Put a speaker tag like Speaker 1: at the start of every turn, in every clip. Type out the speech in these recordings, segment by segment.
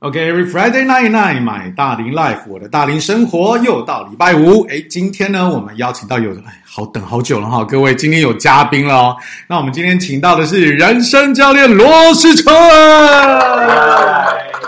Speaker 1: OK，every、Friday night night，买大龄 life，我的大龄生活又到礼拜五。哎，今天呢，我们邀请到有哎，好等好久了哈，各位，今天有嘉宾了哦。那我们今天请到的是人生教练罗世成。
Speaker 2: 嗨，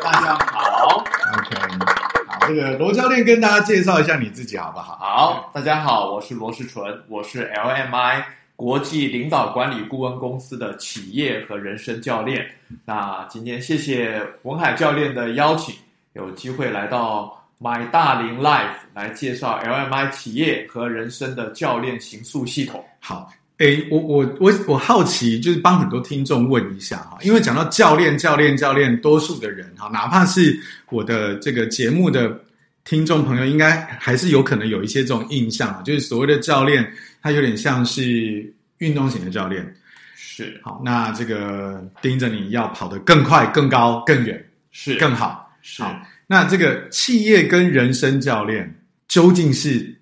Speaker 2: 大家好，
Speaker 1: OK，好，这个罗教练跟大家介绍一下你自己好不好？
Speaker 2: 好，大家好，我是罗世纯，我是 LMI 国际领导管理顾问公司的企业和人生教练。那今天谢谢文海教练的邀请，有机会来到 My 大龄 Life 来介绍 LMI 企业和人生的教练行塑系统。
Speaker 1: 好，诶，我我我我好奇，就是帮很多听众问一下哈，因为讲到教练、教练、教练，多数的人哈，哪怕是我的这个节目的听众朋友，应该还是有可能有一些这种印象啊，就是所谓的教练，他有点像是运动型的教练。
Speaker 2: 是
Speaker 1: 好，那这个盯着你要跑得更快、更高、更远、
Speaker 2: 是
Speaker 1: 更好。
Speaker 2: 是
Speaker 1: 好，那这个企业跟人生教练究竟是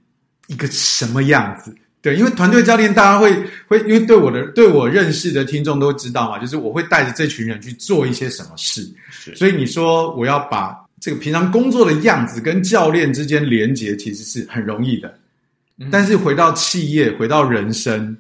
Speaker 1: 一个什么样子？对，因为团队教练，大家会会因为对我的对我认识的听众都知道嘛，就是我会带着这群人去做一些什么事。
Speaker 2: 是
Speaker 1: 所以你说我要把这个平常工作的样子跟教练之间连接，其实是很容易的。
Speaker 2: 嗯
Speaker 1: 但是回到企业，回到人生，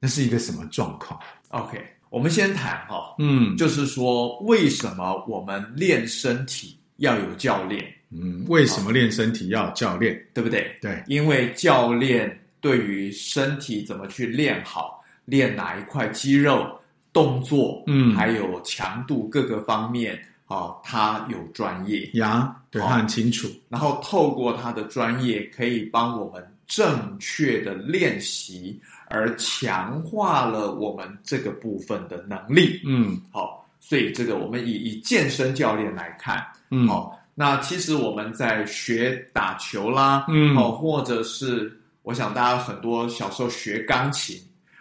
Speaker 1: 那是一个什么状况？
Speaker 2: OK，我们先谈哈、哦，
Speaker 1: 嗯，
Speaker 2: 就是说为什么我们练身体要有教练，
Speaker 1: 嗯，为什么练身体要有教练？
Speaker 2: 对不对？
Speaker 1: 对，
Speaker 2: 因为教练对于身体怎么去练好，练哪一块肌肉、动作，
Speaker 1: 嗯
Speaker 2: 还有强度各个方面，哦，他有专业，
Speaker 1: 呀，对
Speaker 2: 好
Speaker 1: 他很清楚。
Speaker 2: 然后透过他的专业，可以帮我们正确的练习，而强化了我们这个部分的能力。
Speaker 1: 嗯
Speaker 2: 好、所以这个我们以以健身教练来看，
Speaker 1: 嗯，
Speaker 2: 好、那其实我们在学打球啦，
Speaker 1: 嗯
Speaker 2: 哦，或者是我想大家很多小时候学钢琴，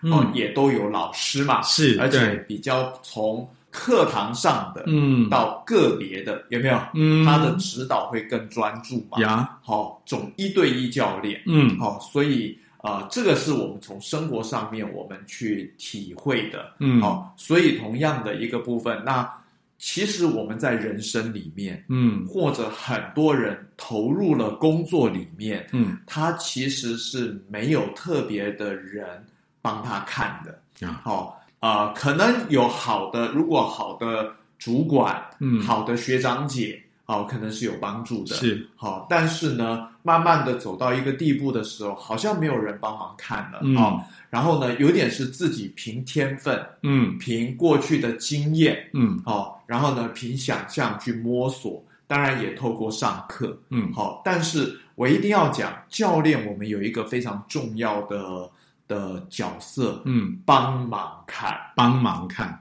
Speaker 2: 哦，
Speaker 1: 嗯，
Speaker 2: 也都有老师嘛，
Speaker 1: 是，
Speaker 2: 而且
Speaker 1: 对
Speaker 2: 比较从课堂上的
Speaker 1: 嗯，
Speaker 2: 到个别的，有没有？
Speaker 1: 嗯
Speaker 2: 他的指导会更专注嘛？
Speaker 1: 呀，
Speaker 2: 好、总一对一教练，
Speaker 1: 嗯
Speaker 2: 好、所以呃，这个是我们从生活上面我们去体会的，
Speaker 1: 嗯
Speaker 2: 好、所以同样的一个部分，那其实我们在人生里面。
Speaker 1: 嗯
Speaker 2: 或者很多人投入了工作里面，
Speaker 1: 嗯
Speaker 2: 他其实是没有特别的人帮他看的。
Speaker 1: 呀，
Speaker 2: 好、啊，可能有好的，如果好的主管、
Speaker 1: 嗯，
Speaker 2: 好的学长姐，哦，可能是有帮助的。
Speaker 1: 是，
Speaker 2: 好、但是呢，慢慢的走到一个地步的时候，好像没有人帮忙看了。
Speaker 1: 嗯
Speaker 2: 哦，然后呢，有点是自己凭天分、
Speaker 1: 嗯
Speaker 2: 凭过去的经验，
Speaker 1: 嗯
Speaker 2: 好、然后呢，凭想象去摸索，当然也透过上课，
Speaker 1: 嗯
Speaker 2: 好、但是我一定要讲，教练我们有一个非常重要的的角色，
Speaker 1: 嗯，
Speaker 2: 帮忙看，
Speaker 1: 帮忙看，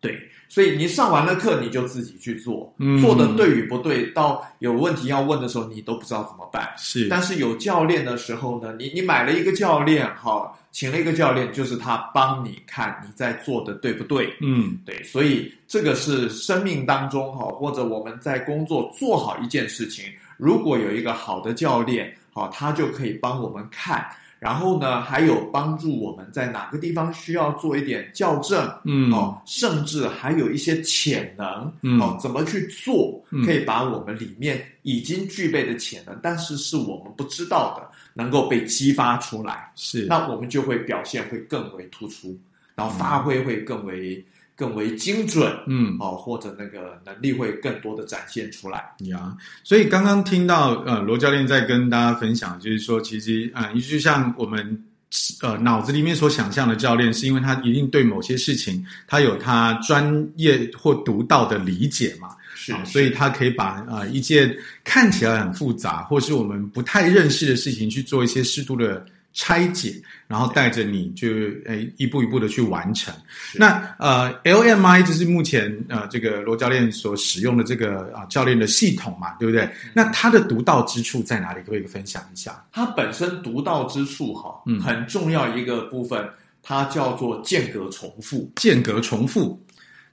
Speaker 2: 对，所以你上完了课，你就自己去做，
Speaker 1: 嗯
Speaker 2: 做的对与不对，到有问题要问的时候，你都不知道怎么办。
Speaker 1: 是，
Speaker 2: 但是有教练的时候呢，你你买了一个教练，哈、请了一个教练，就是他帮你看你在做的对不对，
Speaker 1: 嗯
Speaker 2: 对，所以这个是生命当中哈，或者我们在工作做好一件事情，如果有一个好的教练，好，他就可以帮我们看，然后呢，还有帮助我们在哪个地方需要做一点校正，
Speaker 1: 嗯
Speaker 2: 哦，甚至还有一些潜能，
Speaker 1: 嗯
Speaker 2: 哦，怎么去做
Speaker 1: 嗯，
Speaker 2: 可以把我们里面已经具备的潜能，但是是我们不知道的，能够被激发出来。
Speaker 1: 是，嗯
Speaker 2: 那我们就会表现会更为突出，然后发挥会更为、更为精准
Speaker 1: 嗯
Speaker 2: 哦，或者那个能力会更多的展现出来。
Speaker 1: 呀，所以刚刚听到呃罗教练在跟大家分享，就是说其实啊、呃，就像我们呃脑子里面所想象的教练，是因为他一定对某些事情他有他专业或独到的理解嘛。
Speaker 2: 是
Speaker 1: 啊，所以他可以把呃一件看起来很复杂，或是我们不太认识的事情去做一些适度的拆解，然后带着你就呃一步一步的去完成。那呃 LMI 就是目前呃这个罗教练所使用的这个啊、教练的系统嘛，对不
Speaker 2: 嗯
Speaker 1: 对？那它的独到之处在哪里？可不可以分享一下？
Speaker 2: 它本身独到之处哈、
Speaker 1: 嗯
Speaker 2: 很重要一个部分，它叫做间隔重复，
Speaker 1: 间隔重复，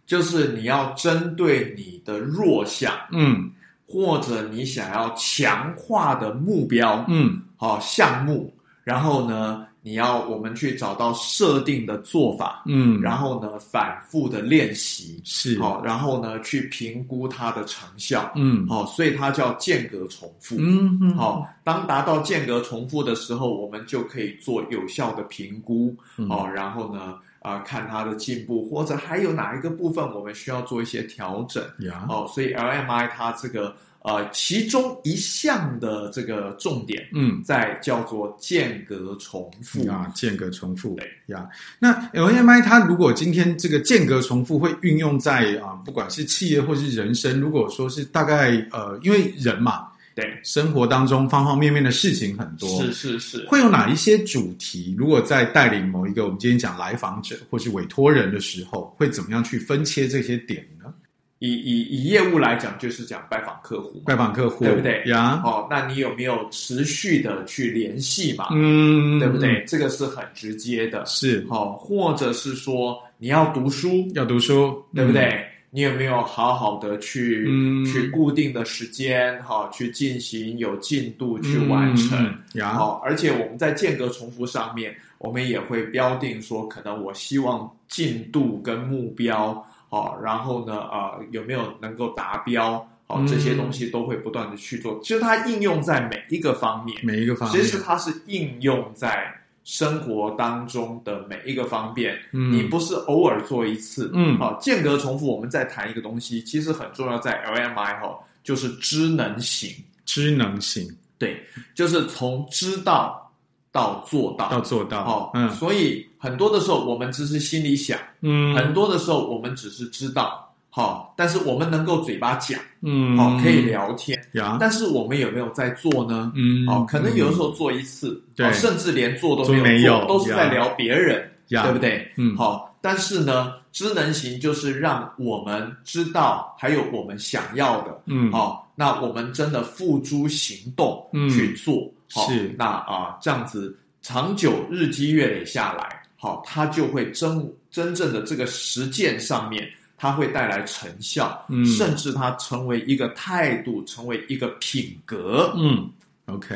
Speaker 2: 就是你要针对你的弱项
Speaker 1: 嗯
Speaker 2: 或者你想要强化的目标，哦
Speaker 1: 嗯
Speaker 2: 好、项目，然后呢，你要我们去找到设定的做法，
Speaker 1: 嗯，
Speaker 2: 然后呢，反复的练习，
Speaker 1: 是，
Speaker 2: 好，然后呢，去评估它的成效，
Speaker 1: 嗯，
Speaker 2: 好，所以它叫间隔重复。
Speaker 1: 嗯嗯，
Speaker 2: 好，当达到间隔重复的时候，我们就可以做有效的评估，
Speaker 1: 嗯
Speaker 2: 哦，然后呢，啊，看它的进步，或者还有哪一个部分我们需要做一些调整。
Speaker 1: 呀，
Speaker 2: 哦，所以 LMI 它这个呃，其中一项的这个重点
Speaker 1: 嗯。
Speaker 2: 在叫做间隔重复。
Speaker 1: 啊，间隔重复
Speaker 2: 嗯对
Speaker 1: 呀。那 LMI 它如果今天这个间隔重复会运用在啊、不管是企业或是人生，如果说是大概呃，因为人嘛，
Speaker 2: 对，
Speaker 1: 生活当中方方面面的事情很多，
Speaker 2: 是是是，
Speaker 1: 会有哪一些主题？如果在带领某一个我们今天讲来访者或是委托人的时候，会怎么样去分切这些点呢？
Speaker 2: 以以以业务来讲，就是讲拜访客户嘛。
Speaker 1: 拜访客户，
Speaker 2: 对不对
Speaker 1: 呀，
Speaker 2: 哦，那你有没有持续的去联系嘛？
Speaker 1: 嗯，
Speaker 2: 对不对？？这个是很直接的。
Speaker 1: 是
Speaker 2: 好、或者是说你要读书，
Speaker 1: 要读书，
Speaker 2: 对不对？
Speaker 1: 嗯？
Speaker 2: 你有没有好好的去、
Speaker 1: 嗯
Speaker 2: 去固定的时间哈、去进行有进度去完成？哦
Speaker 1: 嗯嗯嗯呀，
Speaker 2: 好，而且我们在间隔重复上面，我们也会标定说，可能我希望进度跟目标，好，然后呢，呃，有没有能够达标，好，这些
Speaker 1: 嗯
Speaker 2: 东西都会不断的去做。其实它应用在每一个方面，
Speaker 1: 每一个方
Speaker 2: 其
Speaker 1: 面，
Speaker 2: 实它是应用在生活当中的每一个方面。
Speaker 1: 嗯
Speaker 2: 你不是偶尔做一次，
Speaker 1: 嗯
Speaker 2: 好，间隔重复，我们再谈一个东西，其实很重要，在 LMI 哈，就是知能型。
Speaker 1: 知能型
Speaker 2: 对，就是从知道到做到。
Speaker 1: 要做到，
Speaker 2: 哦，
Speaker 1: 嗯
Speaker 2: 所以很多的时候我们只是心里想，
Speaker 1: 嗯，
Speaker 2: 很多的时候我们只是知道，好、但是我们能够嘴巴讲，
Speaker 1: 嗯，
Speaker 2: 好、可以聊天，
Speaker 1: 呀，
Speaker 2: 但是我们有没有在做呢？
Speaker 1: 嗯，
Speaker 2: 哦，可能有的时
Speaker 1: 候
Speaker 2: 候做一次，
Speaker 1: 对
Speaker 2: 哦，甚至连做都
Speaker 1: 做
Speaker 2: 没有
Speaker 1: 没有
Speaker 2: 都是在
Speaker 1: 呀
Speaker 2: 聊别人，
Speaker 1: 呀，
Speaker 2: 对不？对？
Speaker 1: 嗯，
Speaker 2: 好、但是呢，知能型就是让我们知道，还有我们想要的，
Speaker 1: 嗯，
Speaker 2: 哦，那我们真的付诸行动
Speaker 1: 嗯
Speaker 2: 去做，好
Speaker 1: 是
Speaker 2: 那啊、这样子长久日积月累下来，好、它就会真真正的这个实践上面，它会带来成效，
Speaker 1: 嗯
Speaker 2: 甚至它成为一个态度，成为一个品格，
Speaker 1: 嗯，OK。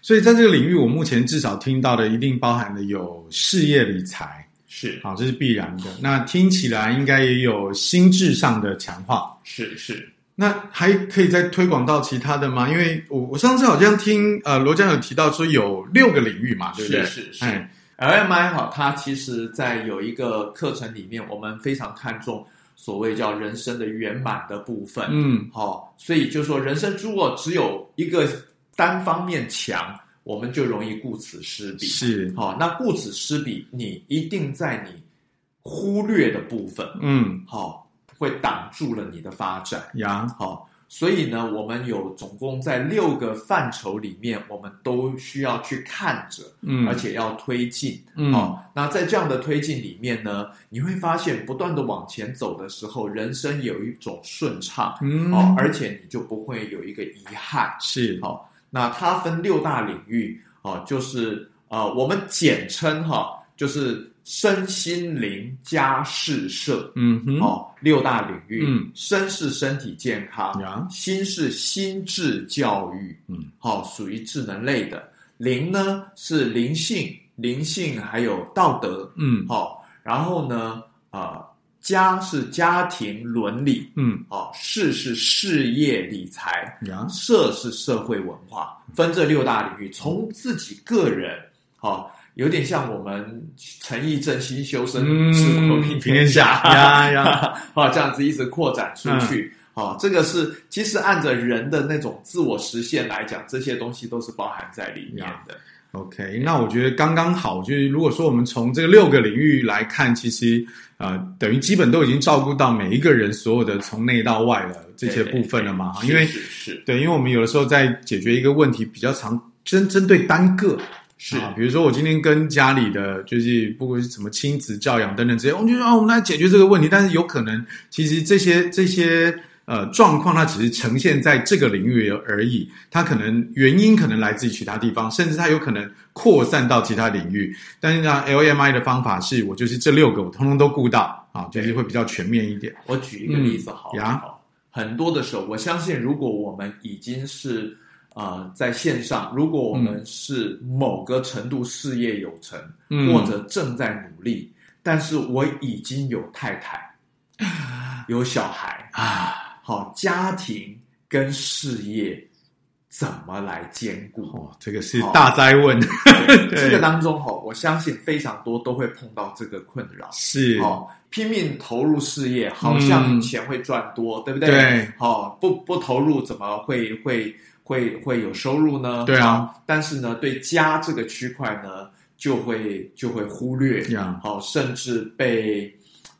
Speaker 1: 所以在这个领域，我目前至少听到的，一定包含了有事业理财，
Speaker 2: 是
Speaker 1: 好，这是必然的。那听起来应该也有心智上的强化。
Speaker 2: 是是，
Speaker 1: 那还可以再推广到其他的吗？因为我我上次好像听呃罗江有提到说有六个领域嘛，对不对？
Speaker 2: 是是是
Speaker 1: 哎
Speaker 2: LMI 哈，它其实在有一个课程里面，我们非常看重所谓叫人生的圆满的部分，
Speaker 1: 嗯
Speaker 2: 好、所以就说人生如果只有一个单方面强，我们就容易顾此失彼。
Speaker 1: 是
Speaker 2: 好、那顾此失彼，你一定在你忽略的部分，
Speaker 1: 嗯
Speaker 2: 好、会挡住了你的发展。
Speaker 1: 呀
Speaker 2: 好、所以呢，我们有总共在六个范畴里面，我们都需要去看着，
Speaker 1: 嗯
Speaker 2: 而且要推进。
Speaker 1: 嗯
Speaker 2: 哦，那在这样的推进里面呢，你会发现不断的往前走的时候，人生有一种顺畅。
Speaker 1: 嗯
Speaker 2: 哦，而哦且你就不会有一个遗憾。
Speaker 1: 是
Speaker 2: 好、那它分六大领域哦，就是呃，我们简称哈、就是身心灵加事社
Speaker 1: 嗯哼
Speaker 2: 哦，六大领域。
Speaker 1: 嗯，
Speaker 2: 身是身体健康，
Speaker 1: 呀
Speaker 2: 心是心智教育，
Speaker 1: 嗯，
Speaker 2: 好、属于智能类的。灵呢是灵性，灵性还有道德，
Speaker 1: 嗯
Speaker 2: 好、然后呢，呃，家是家庭伦理，
Speaker 1: 嗯
Speaker 2: 哦，事是事业理财，
Speaker 1: 呀
Speaker 2: 社是社会文化，分这六大领域，从自己个人，哦，有点像我们诚意正心修身，
Speaker 1: 嗯
Speaker 2: 治国平天 下，
Speaker 1: 呀呀
Speaker 2: 啊、哦，这样子一直扩展出
Speaker 1: 嗯
Speaker 2: 去。哦，这个是其实按着人的那种自我实现来讲，这些东西都是包含在里面的。
Speaker 1: OK，那我觉得刚刚好，就是如果说我们从这个六个领域来看，其实呃，等于基本都已经照顾到每一个人所有的从内到外的这些部分了嘛。
Speaker 2: 是
Speaker 1: 因为
Speaker 2: 是是
Speaker 1: 对，因为我们有的时候在解决一个问题，比较常针针对单个。
Speaker 2: 是
Speaker 1: 啊，比如说我今天跟家里的就是不管是什么亲子教养等等这些，我们就说啊，我们来解决这个问题。但是有可能其实这些这些呃状况，它只是呈现在这个领域而已，它可能原因可能来自于其他地方，甚至它有可能扩散到其他领域。但是呢，LMI 的方法是我就是这六个我通通都顾到啊，就是会比较全面一点。
Speaker 2: 我举一个例子好
Speaker 1: 嗯
Speaker 2: 了
Speaker 1: 呀
Speaker 2: 好很多的时候，我相信如果我们已经是呃，在线上，如果我们是某个程度事业有成，
Speaker 1: 嗯
Speaker 2: 或者正在努力，但是我已经有太太，有小孩，
Speaker 1: 啊，
Speaker 2: 好，家庭跟事业怎么来兼顾？
Speaker 1: 哦，这个是大灾问， 对
Speaker 2: 这个当中哈，我相信非常多都会碰到这个困扰。
Speaker 1: 是
Speaker 2: 哦，拼命投入事业，好像钱会赚多，对不对？
Speaker 1: 嗯对，
Speaker 2: 哦，不不投入怎么会会会会有收入呢？
Speaker 1: 对啊，
Speaker 2: 但是呢，对家这个区块呢，就会就会忽略，
Speaker 1: 呀，
Speaker 2: 哦，甚至被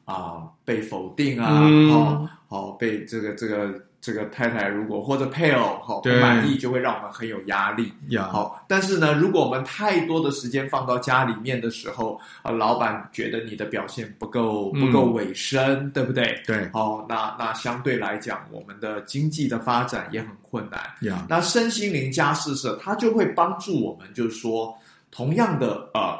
Speaker 2: 啊、被否定啊，
Speaker 1: 嗯
Speaker 2: 哦哦被这个这个这个太太如果或者配偶哦不
Speaker 1: 对
Speaker 2: 满意，就会让我们很有压力。
Speaker 1: 呀，
Speaker 2: 好，但是呢，如果我们太多的时间放到家里面的时候，呃，老板觉得你的表现不够不够
Speaker 1: 嗯
Speaker 2: 尾声，对不对？
Speaker 1: 对
Speaker 2: 好，那那相对来讲，我们的经济的发展也很困难。
Speaker 1: 呀，
Speaker 2: 那身心灵加四舍，它就会帮助我们，就是说，同样的呃，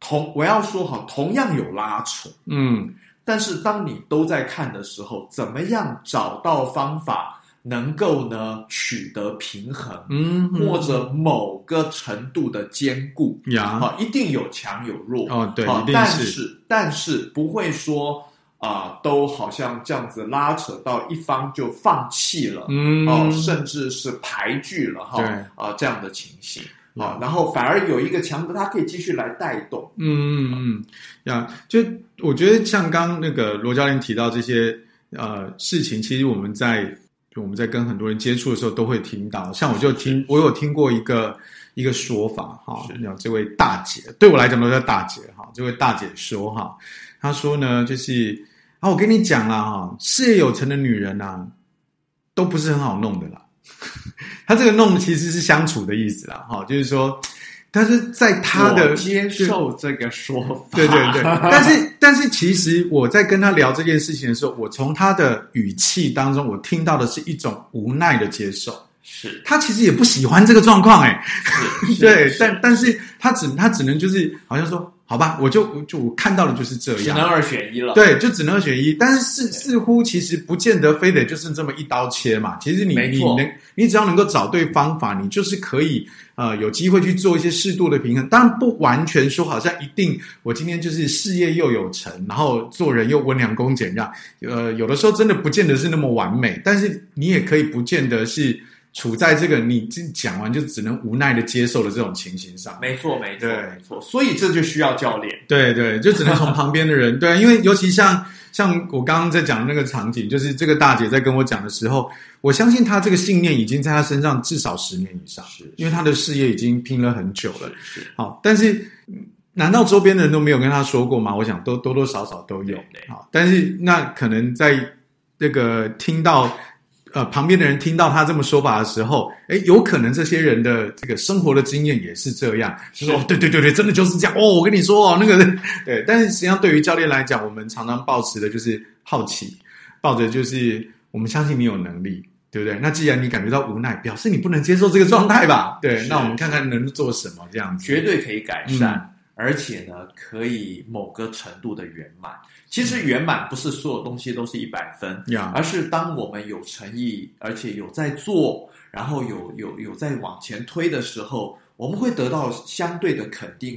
Speaker 2: 同我要说好，同样有拉扯，
Speaker 1: 嗯，
Speaker 2: 但是当你都在看的时候，怎么样找到方法，能够呢取得平衡？
Speaker 1: 嗯，
Speaker 2: 或者某个程度的兼顾，
Speaker 1: 呀，
Speaker 2: 啊，一定有强有弱，
Speaker 1: 嗯哦，对，
Speaker 2: 啊
Speaker 1: 一定
Speaker 2: 但是但是不会说啊、都好像这样子拉扯到一方就放弃了，
Speaker 1: 嗯，
Speaker 2: 哦，甚至是排拒了哈，
Speaker 1: 对
Speaker 2: 啊、这样的情形啊，然后反而有一个强的，它可以继续来带动，
Speaker 1: 嗯嗯嗯，呀，就我觉得像刚那个罗教练提到这些呃事情，其实我们在就我们在跟很多人接触的时候都会听到。像我就听，我有听过一个一个说法哈
Speaker 2: 是，
Speaker 1: 有这位大姐，对我来讲都叫大姐哈。这位大姐说哈，她说呢，就是啊，我跟你讲啦哈，事业有成的女人啊，都不是很好弄的啦。 她这个弄其实是相处的意思啦，哈，就是说，她是在她的
Speaker 2: 我接受这个说法，
Speaker 1: 对对 对，但是但是其实我在跟他聊这件事情的时候，我从他的语气当中，我听到的是一种无奈的接受。
Speaker 2: 是
Speaker 1: 他其实也不喜欢这个状况、哎，
Speaker 2: 是，是
Speaker 1: 对，
Speaker 2: 是
Speaker 1: 但但是他只他只能就是好像说，好吧，我就我就我看到的就是这
Speaker 2: 只能
Speaker 1: 样，
Speaker 2: 二选一了，嗯
Speaker 1: 对，就只能二选一。但是似似乎其实不见得非得就是这么一刀切嘛。其实你
Speaker 2: 没
Speaker 1: 你
Speaker 2: 错
Speaker 1: 能你只要能够找对方法，你就是可以呃有机会去做一些适度的平衡。当然不完全说好像一定我今天就是事业又有成，然后做人又温良恭俭让。呃，有的时候真的不见得是那么完美，但是你也可以不见得是处在这个你这讲完就只能无奈的接受的这种情形上。
Speaker 2: 没错没错
Speaker 1: 对
Speaker 2: 没错，所以这就需要教练。
Speaker 1: 对对，就只能从旁边的人对，啊因为尤其像像我刚刚在讲的那个场景，就是这个大姐在跟我讲的时候，我相信她这个信念已经在她身上至少十年以上，
Speaker 2: 是
Speaker 1: 因为她的事业已经拼了很久了。
Speaker 2: 是是
Speaker 1: 好，但是嗯难道周边的人都没有跟她说过吗？我想多多多少少都有
Speaker 2: 对对。
Speaker 1: 好，但是那可能在那个听到。呃，旁边的人听到她这么说法的时候，诶，有可能这些人的这个生活的经验也是这样，就说哦，对对对对，真的就是这样哦。我跟你说哦，那个 对，但是实际上对于教练来讲，我们常常抱持的就是好奇，抱着就是我们相信你有能力，对不对？那既然你感觉到无奈，表示你不能接受这个状态吧？对，
Speaker 2: 嗯是
Speaker 1: 那我们看看能做什么这样子。
Speaker 2: 绝对可以改善，而且呢，可以某个程度的圆满。其实圆满不是所有东西都是一百分，
Speaker 1: 呀，
Speaker 2: 而是当我们有诚意，而且有在做，然后有有有在往前推的时候，我们会得到相对的肯定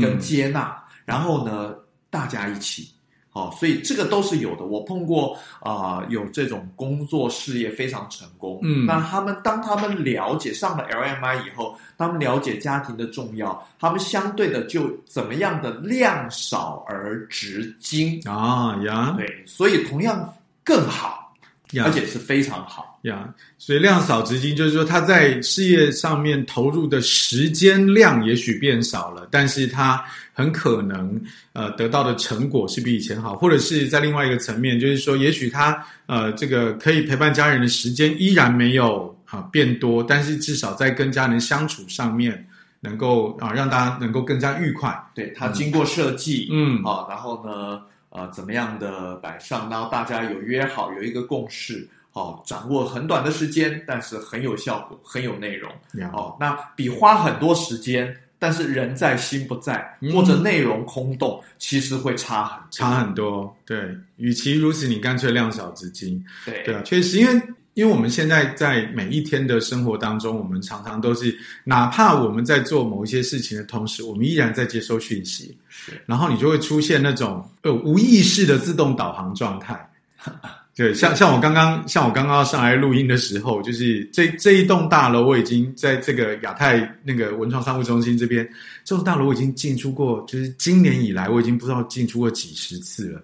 Speaker 2: 跟
Speaker 1: 嗯，
Speaker 2: 接纳，然后呢，大家一起。哦，所以这个都是有的。我碰过啊、呃有这种工作事业非常成功，
Speaker 1: 嗯
Speaker 2: 那他们当他们了解上了 LMI 以后，他们了解家庭的重要，他们相对的就怎么样的量少而值精，
Speaker 1: 啊呀
Speaker 2: 对，所以同样更好，而
Speaker 1: 呀
Speaker 2: 且是非常好，
Speaker 1: 呀，所以量少资金就是说他在事业上面投入的时间量也许变少了，但是他很可能呃得到的成果是比以前好，或者是在另外一个层面，就是说也许他呃这个可以陪伴家人的时间依然没有啊、变多，但是至少在跟家人相处上面能够啊、让大家能够更加愉快，
Speaker 2: 对，它经过设计，
Speaker 1: 嗯
Speaker 2: 哦，然后呢，呃，怎么样的摆上，然后大家有约好，有一个共识，哦，掌握很短的时间，但是很有效果，很有内容，
Speaker 1: 呀
Speaker 2: 哦，那比花很多时间，但是人在心不在，
Speaker 1: 嗯
Speaker 2: 或者内容空洞，其实会差很多
Speaker 1: 差很多。对，与其如此，你干脆量少资金。
Speaker 2: 对
Speaker 1: 对啊，确实，因为因为我们现在在每一天的生活当中，我们常常都是，哪怕我们在做某一些事情的同时，我们依然在接收讯息，然后你就会出现那种呃无意识的自动导航状态。对，像像我刚刚像我刚刚上来录音的时候，就是这这一栋大楼，我已经在这个亚太那个文创商务中心这边，这栋大楼我已经进出过，就是今年以来我已经不知道进出过几十次了。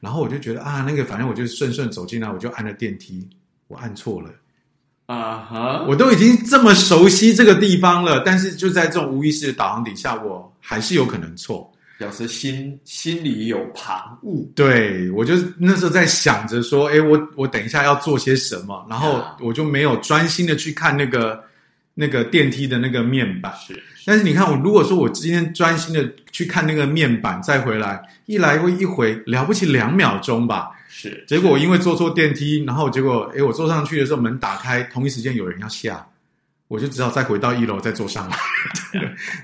Speaker 1: 然后我就觉得啊，那个反正我就顺顺走进来，我就按了电梯，我按错了，
Speaker 2: 啊哈，
Speaker 1: 我都已经这么熟悉这个地方了，但是就在这种无意识的导航底下，我还是有可能错。
Speaker 2: 表示心心里有旁骛，
Speaker 1: 对，我就那时候在想着说，哎，我我等一下要做些什么，然后
Speaker 2: 啊
Speaker 1: 我就没有专心的去看那个那个电梯的那个面板。
Speaker 2: 是
Speaker 1: 但是你看，我如果说我今天专心的去看那个面板，再回来一来或一回，了不起两秒钟吧。
Speaker 2: 是，
Speaker 1: 结果我因为坐错电梯，然后结果哎，我坐上去的时候门打开，同一时间有人要下，我就只好再回到一楼再坐上来。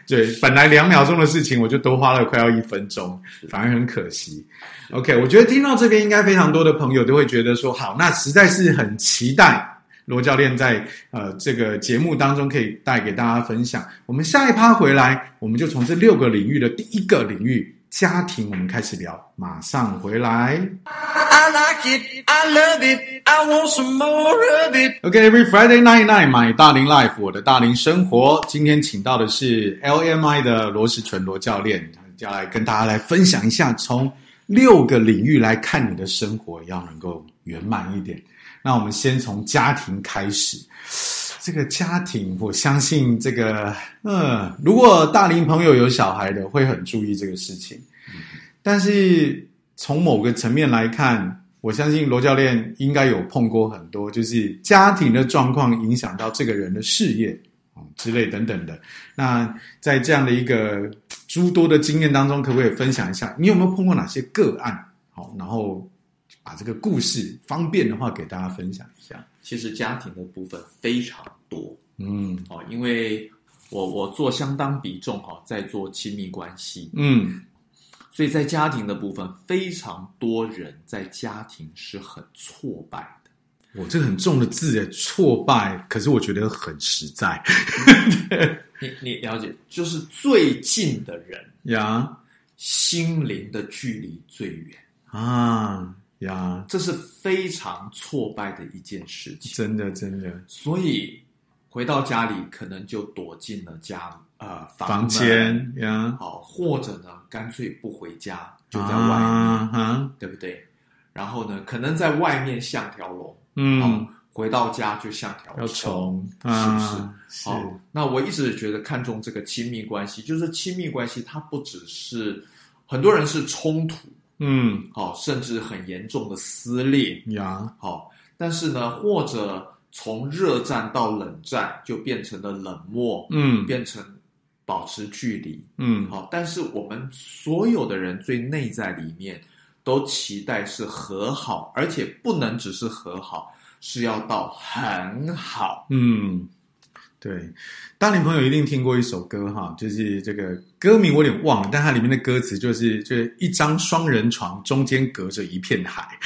Speaker 1: 对，本来两秒钟的事情，我就多花了快要一分钟，反而很可惜。OK，我觉得听到这边，应该非常多的朋友都会觉得说，好，那实在是很期待罗教练在呃这个节目当中可以带给大家分享。我们下一趴回来，我们就从这六个领域的第一个领域家庭，我们开始聊，马上回来。
Speaker 3: I like it. I love it. I want some more of it.
Speaker 1: OK，Every、Friday night night，买大龄 life，我的大龄生活。今天请到的是 LMI 的罗时纯罗教练，要来跟大家来分享一下，从六个领域来看你的生活，要能够圆满一点。那我们先从家庭开始。这个家庭，我相信这个，呃，如果大龄朋友有小孩的，会很注意这个事情。但是从某个层面来看，我相信罗教练应该有碰过很多，就是家庭的状况影响到这个人的事业啊、嗯之类等等的。那在这样的一个诸多的经验当中，可不可以分享一下，你有没有碰过哪些个案？好，然后把这个故事方便的话给大家分享一下。
Speaker 2: 其实家庭的部分非常多
Speaker 1: 嗯
Speaker 2: 哦，因为我我做相当比重哈、哦，在做亲密关系，
Speaker 1: 嗯
Speaker 2: 所以在家庭的部分，非常多人在家庭是很挫败的。
Speaker 1: 我这个很重的字耶，挫败，可是我觉得很实在
Speaker 2: 你你了解，就是最近的人，
Speaker 1: 呀
Speaker 2: 心灵的距离最远，
Speaker 1: 啊呀，
Speaker 2: 这是非常挫败的一件事情。
Speaker 1: 真的真的，
Speaker 2: 所以回到家里，可能就躲进了家呃房
Speaker 1: 房
Speaker 2: 门
Speaker 1: 间呀，
Speaker 2: 哦，或者呢，干脆不回家，就在外面，
Speaker 1: 啊哈，
Speaker 2: 对不对？然后呢，可能在外面像条龙，
Speaker 1: 嗯
Speaker 2: 哦，，回到家就像条
Speaker 1: 要
Speaker 2: 虫。
Speaker 1: 虫
Speaker 2: 是
Speaker 1: 啊，是
Speaker 2: 哦，那我一直觉得看重这个亲密关系，就是亲密关系，它不只是很多人是冲突，
Speaker 1: 嗯
Speaker 2: 哦，甚至很严重的撕裂，
Speaker 1: 呀，
Speaker 2: 好、但是呢，或者从热战到冷战，就变成了冷漠，
Speaker 1: 嗯
Speaker 2: 变成保持距离。
Speaker 1: 嗯
Speaker 2: 好、但是我们所有的人最内在里面都期待是和好，而且不能只是和好，是要到很 好。
Speaker 1: 嗯，对，大龄朋友一定听过一首歌哈，就是这个歌名我有点忘了，但它里面的歌词就是就是一张双人床，中间隔着一片海。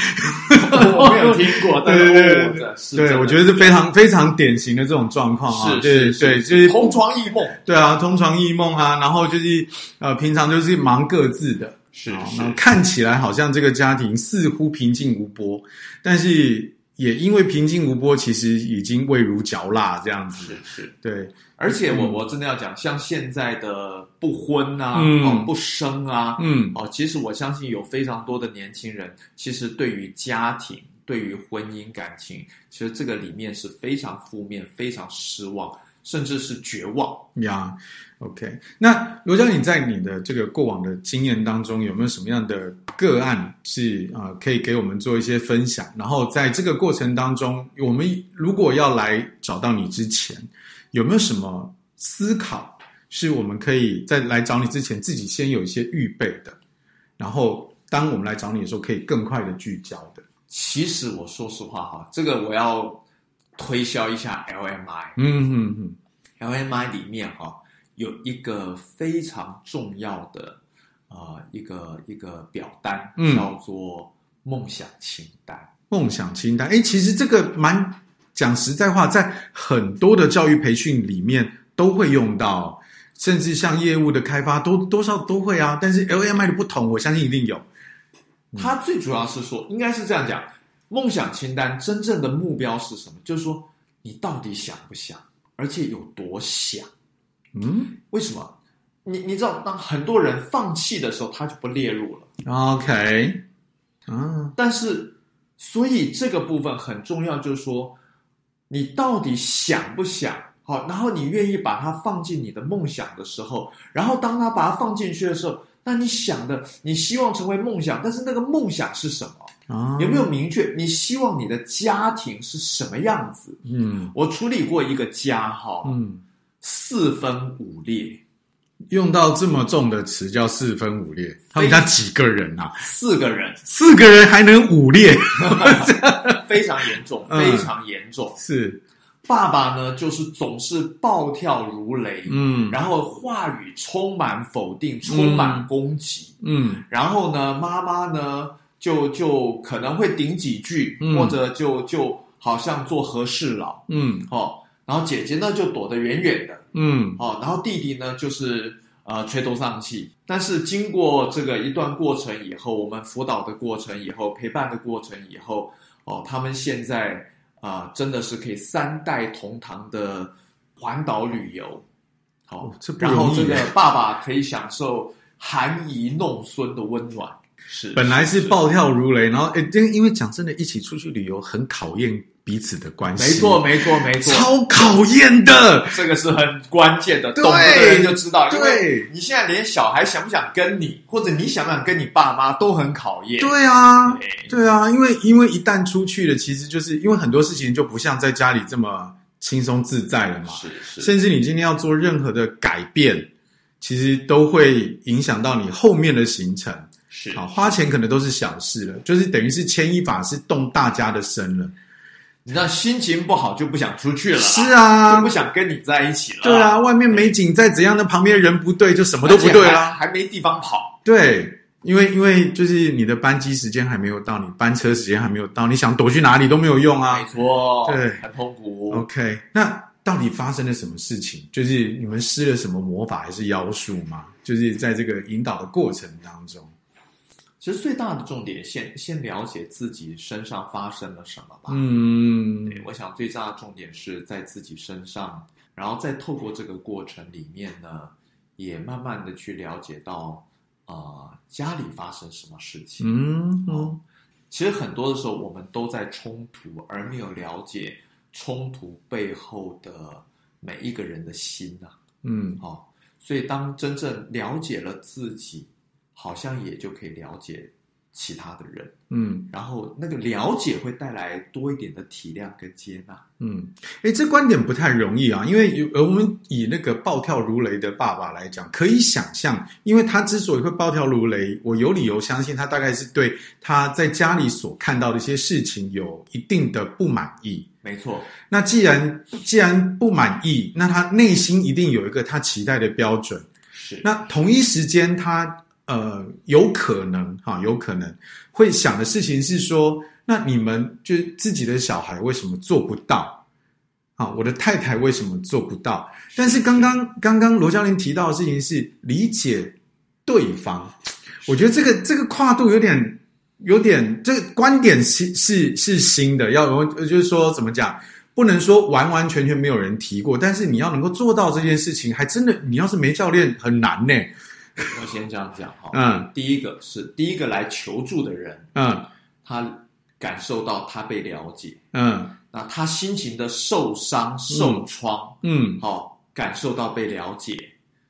Speaker 2: 我没有听过，但
Speaker 1: 对
Speaker 2: 是
Speaker 1: 对对
Speaker 2: 我的是
Speaker 1: 对，我觉得是非常非常典型的这种状况啊，
Speaker 2: 是
Speaker 1: 对
Speaker 2: 是
Speaker 1: 对，就是
Speaker 2: 同床异梦，
Speaker 1: 对啊，同床异梦啊，然后就是呃，平常就是忙各自的，
Speaker 2: 是
Speaker 1: 好
Speaker 2: 是
Speaker 1: 那看起来好像这个家庭似乎平静无波，但是也因为平静无波，其实已经味如嚼蜡这样子
Speaker 2: 是。是。
Speaker 1: 对，
Speaker 2: 而且我我真的要讲，像现在的不婚啊，
Speaker 1: 嗯
Speaker 2: 哦不生啊，
Speaker 1: 嗯
Speaker 2: 哦，其实我相信有非常多的年轻人，其实对于家庭、对于婚姻感情，其实这个里面是非常负面、非常失望，甚至是绝望。
Speaker 1: 呀，OK。那罗教你在你的这个过往的经验当中，有没有什么样的个案是啊、呃可以给我们做一些分享？然后在这个过程当中，我们如果要来找到你之前，有没有什么思考是我们可以在来找你之前自己先有一些预备的？然后当我们来找你的时候，可以更快的聚焦的。
Speaker 2: 其实我说实话哈，这个我要推销一下 LMI，LMI
Speaker 1: 嗯嗯嗯，
Speaker 2: 里面哈有一个非常重要的呃一个一个表单，
Speaker 1: 嗯
Speaker 2: 叫做梦想清单。
Speaker 1: 梦想清单。哎，其实这个蛮讲实在话，在很多的教育培训里面都会用到，甚至像业务的开发都多少都会啊。但是 LMI 的不同，我相信一定有。
Speaker 2: 他最主要是说，应该是这样讲：梦想清单真正的目标是什么？就是说，你到底想不想，而且有多想？
Speaker 1: 嗯
Speaker 2: 为什么？你你知道，当很多人放弃的时候，他就不列入了。
Speaker 1: ，OK，啊，
Speaker 2: 但是，所以这个部分很重要，就是说，你到底想不想？好，然后你愿意把它放进你的梦想的时候，然后当他把它放进去的时候，那你想的，你希望成为梦想，但是那个梦想是什么？
Speaker 1: 啊，
Speaker 2: 有没有明确你希望你的家庭是什么样子？
Speaker 1: 嗯
Speaker 2: 我处理过一个家哈，
Speaker 1: 嗯，
Speaker 2: 四分五裂，
Speaker 1: 用到这么重的词叫四分五裂，他们家几个人啊？
Speaker 2: 四个人
Speaker 1: 四个人还能五裂？
Speaker 2: 非常严重，
Speaker 1: 嗯
Speaker 2: 非常严重。
Speaker 1: 是，
Speaker 2: 爸爸呢，就是总是暴跳如雷，
Speaker 1: 嗯
Speaker 2: 然后话语充满否定，充满攻击。
Speaker 1: 嗯
Speaker 2: 然后呢，妈妈呢，就就可能会顶几句，
Speaker 1: 嗯
Speaker 2: 或者就就好像做和事佬
Speaker 1: 嗯
Speaker 2: 哦。然后姐姐呢，就躲得远远的。
Speaker 1: 嗯
Speaker 2: 哦，然后弟弟呢就是呃垂头丧气。但是经过这个一段过程以后，我们辅导的过程以后，陪伴的过程以后，哦，他们现在啊、真的是可以三代同堂的环岛旅游。好、
Speaker 1: 哦这不
Speaker 2: 然后
Speaker 1: 容易
Speaker 2: 这个
Speaker 1: 耶
Speaker 2: 爸爸可以享受含饴弄孙的温暖。是，
Speaker 1: 本来是
Speaker 2: 是
Speaker 1: 暴跳如雷，然后诶，因为因为讲真的，一起出去旅游很考验彼此的关
Speaker 2: 没
Speaker 1: 系，
Speaker 2: 错，，没错，没错。
Speaker 1: 超考验的。
Speaker 2: 这个是很关键的，
Speaker 1: 对
Speaker 2: 懂得的人就知道。因为
Speaker 1: 对
Speaker 2: 你现在连小孩想不想跟你，或者你想不想跟你爸妈，都很考验。
Speaker 1: 对啊，
Speaker 2: 对
Speaker 1: 对啊，因为因为一旦出去了，其实就是因为很多事情就不像在家里这么轻松自在了嘛。
Speaker 2: 是是，
Speaker 1: 甚至你今天要做任何的改变，其实都会影响到你后面的行程。
Speaker 2: 是
Speaker 1: 好，花钱可能都是小事了，就是等于是牵一发是动大家的身了。
Speaker 2: 你知道心情不好就不想出去了啦，
Speaker 1: 是啊
Speaker 2: 就不，想跟你在一起了。
Speaker 1: 对啊，
Speaker 2: 而
Speaker 1: 外面美景再怎样的，旁边人不对，就什么
Speaker 2: 且还，
Speaker 1: 都不对啊啦。
Speaker 2: 还没地方跑。
Speaker 1: 对，因为因为就是你的班机时间还没有到，你班车时间还没有到，你想躲去哪里都没有用啊
Speaker 2: 没。错，
Speaker 1: 对嗯
Speaker 2: 很痛苦。
Speaker 1: OK，那到底发生了什么事情？就是你们施了什么魔法还是妖术吗？就是在这个引导的过程当中，
Speaker 2: 其实最大的重点，先先了解自己身上发生了什么吧。
Speaker 1: 嗯
Speaker 2: 对，我想最大的重点是在自己身上，然后再透过这个过程里面呢，也慢慢的去了解到，呃，家里发生什么事情。
Speaker 1: 嗯嗯
Speaker 2: 其实很多的时候，我们都在冲突，而没有了解冲突背后的每一个人的心呐、
Speaker 1: 嗯
Speaker 2: 哦，所以当真正了解了自己，好像也就可以了解其他的人，
Speaker 1: 嗯
Speaker 2: 然后那个了解会带来多一点的体谅跟接纳。
Speaker 1: 嗯，哎，这观点不太容易啊，因为有呃，我们以那个暴跳如雷的爸爸来讲，可以想象，因为他之所以会暴跳如雷，我有理由相信他大概是对他在家里所看到的一些事情有一定的不满意。
Speaker 2: 没错，
Speaker 1: 那既然既然不满意，那他内心一定有一个他期待的标准。
Speaker 2: 是
Speaker 1: 那同一时间他，呃有可能哈、有可能会想的事情是说，那你们就是自己的小孩为什么做不到？啊，我的太太为什么做不到？但是刚刚刚刚罗教练提到的事情是理解对方，我觉得这个这个跨度有点有点，这个观点是是是新的，要有就是说怎么讲，不能说完完全全没有人提过，但是你要能够做到这件事情，还真的你要是没教练很难呢。
Speaker 2: 我先这样讲哈。
Speaker 1: 嗯
Speaker 2: 第一个是第一个来求助的人，
Speaker 1: 嗯
Speaker 2: 他感受到他被了解，
Speaker 1: 嗯
Speaker 2: 那他心情的受伤、受创，
Speaker 1: 嗯
Speaker 2: 哦，感受到被了解，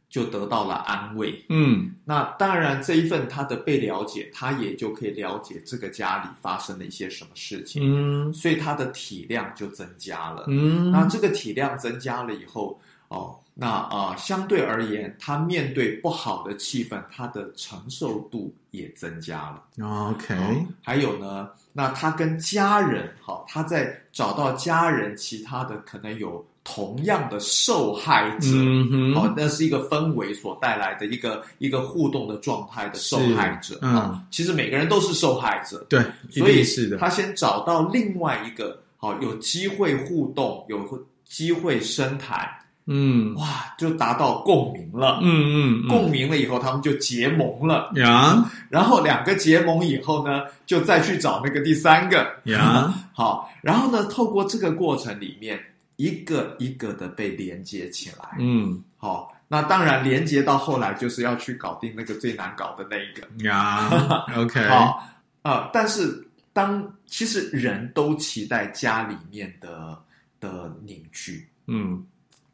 Speaker 2: 就得到了安慰。
Speaker 1: 嗯
Speaker 2: 那当然，这一份他的被了解，他也就可以了解这个家里发生了一些什么事情，
Speaker 1: 嗯
Speaker 2: 所以他的体量就增加了。那
Speaker 1: 嗯
Speaker 2: 这个体量增加了以后，哦，那啊、呃相对而言，他面对不好的气氛，他的承受度也增加了。
Speaker 1: ，OK，
Speaker 2: 哦还有呢，那他跟家人，好、他在找到家人，其他的可能有同样的受害者。
Speaker 1: 嗯
Speaker 2: 哦
Speaker 1: 哼，，
Speaker 2: 那是一个氛围所带来的一个一个互动的状态的受害者。
Speaker 1: 嗯
Speaker 2: 哦其实每个人都是受害者，
Speaker 1: 对，一
Speaker 2: 所以
Speaker 1: 定是的，
Speaker 2: 他先找到另外一个好有机会互动，有机会深谈，
Speaker 1: 嗯
Speaker 2: 哇，就达到共鸣了。
Speaker 1: 嗯嗯，
Speaker 2: 共鸣了以后，他们就结盟了。
Speaker 1: 呀
Speaker 2: 然后两个结盟以后呢，就再去找那个第三个。
Speaker 1: 呀，
Speaker 2: 好，然后呢，透过这个过程里面，一个一个的被连接起来。
Speaker 1: 嗯
Speaker 2: 好，那当然连接到后来就是要去搞定那个最难搞的那一个。
Speaker 1: 呀，OK，
Speaker 2: 好啊、但是当其实人都期待家里面的的凝聚，
Speaker 1: 嗯，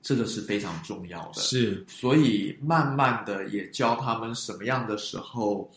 Speaker 2: 这个是非常重要的。
Speaker 1: 是，
Speaker 2: 所以慢慢的也教他们什么样的时候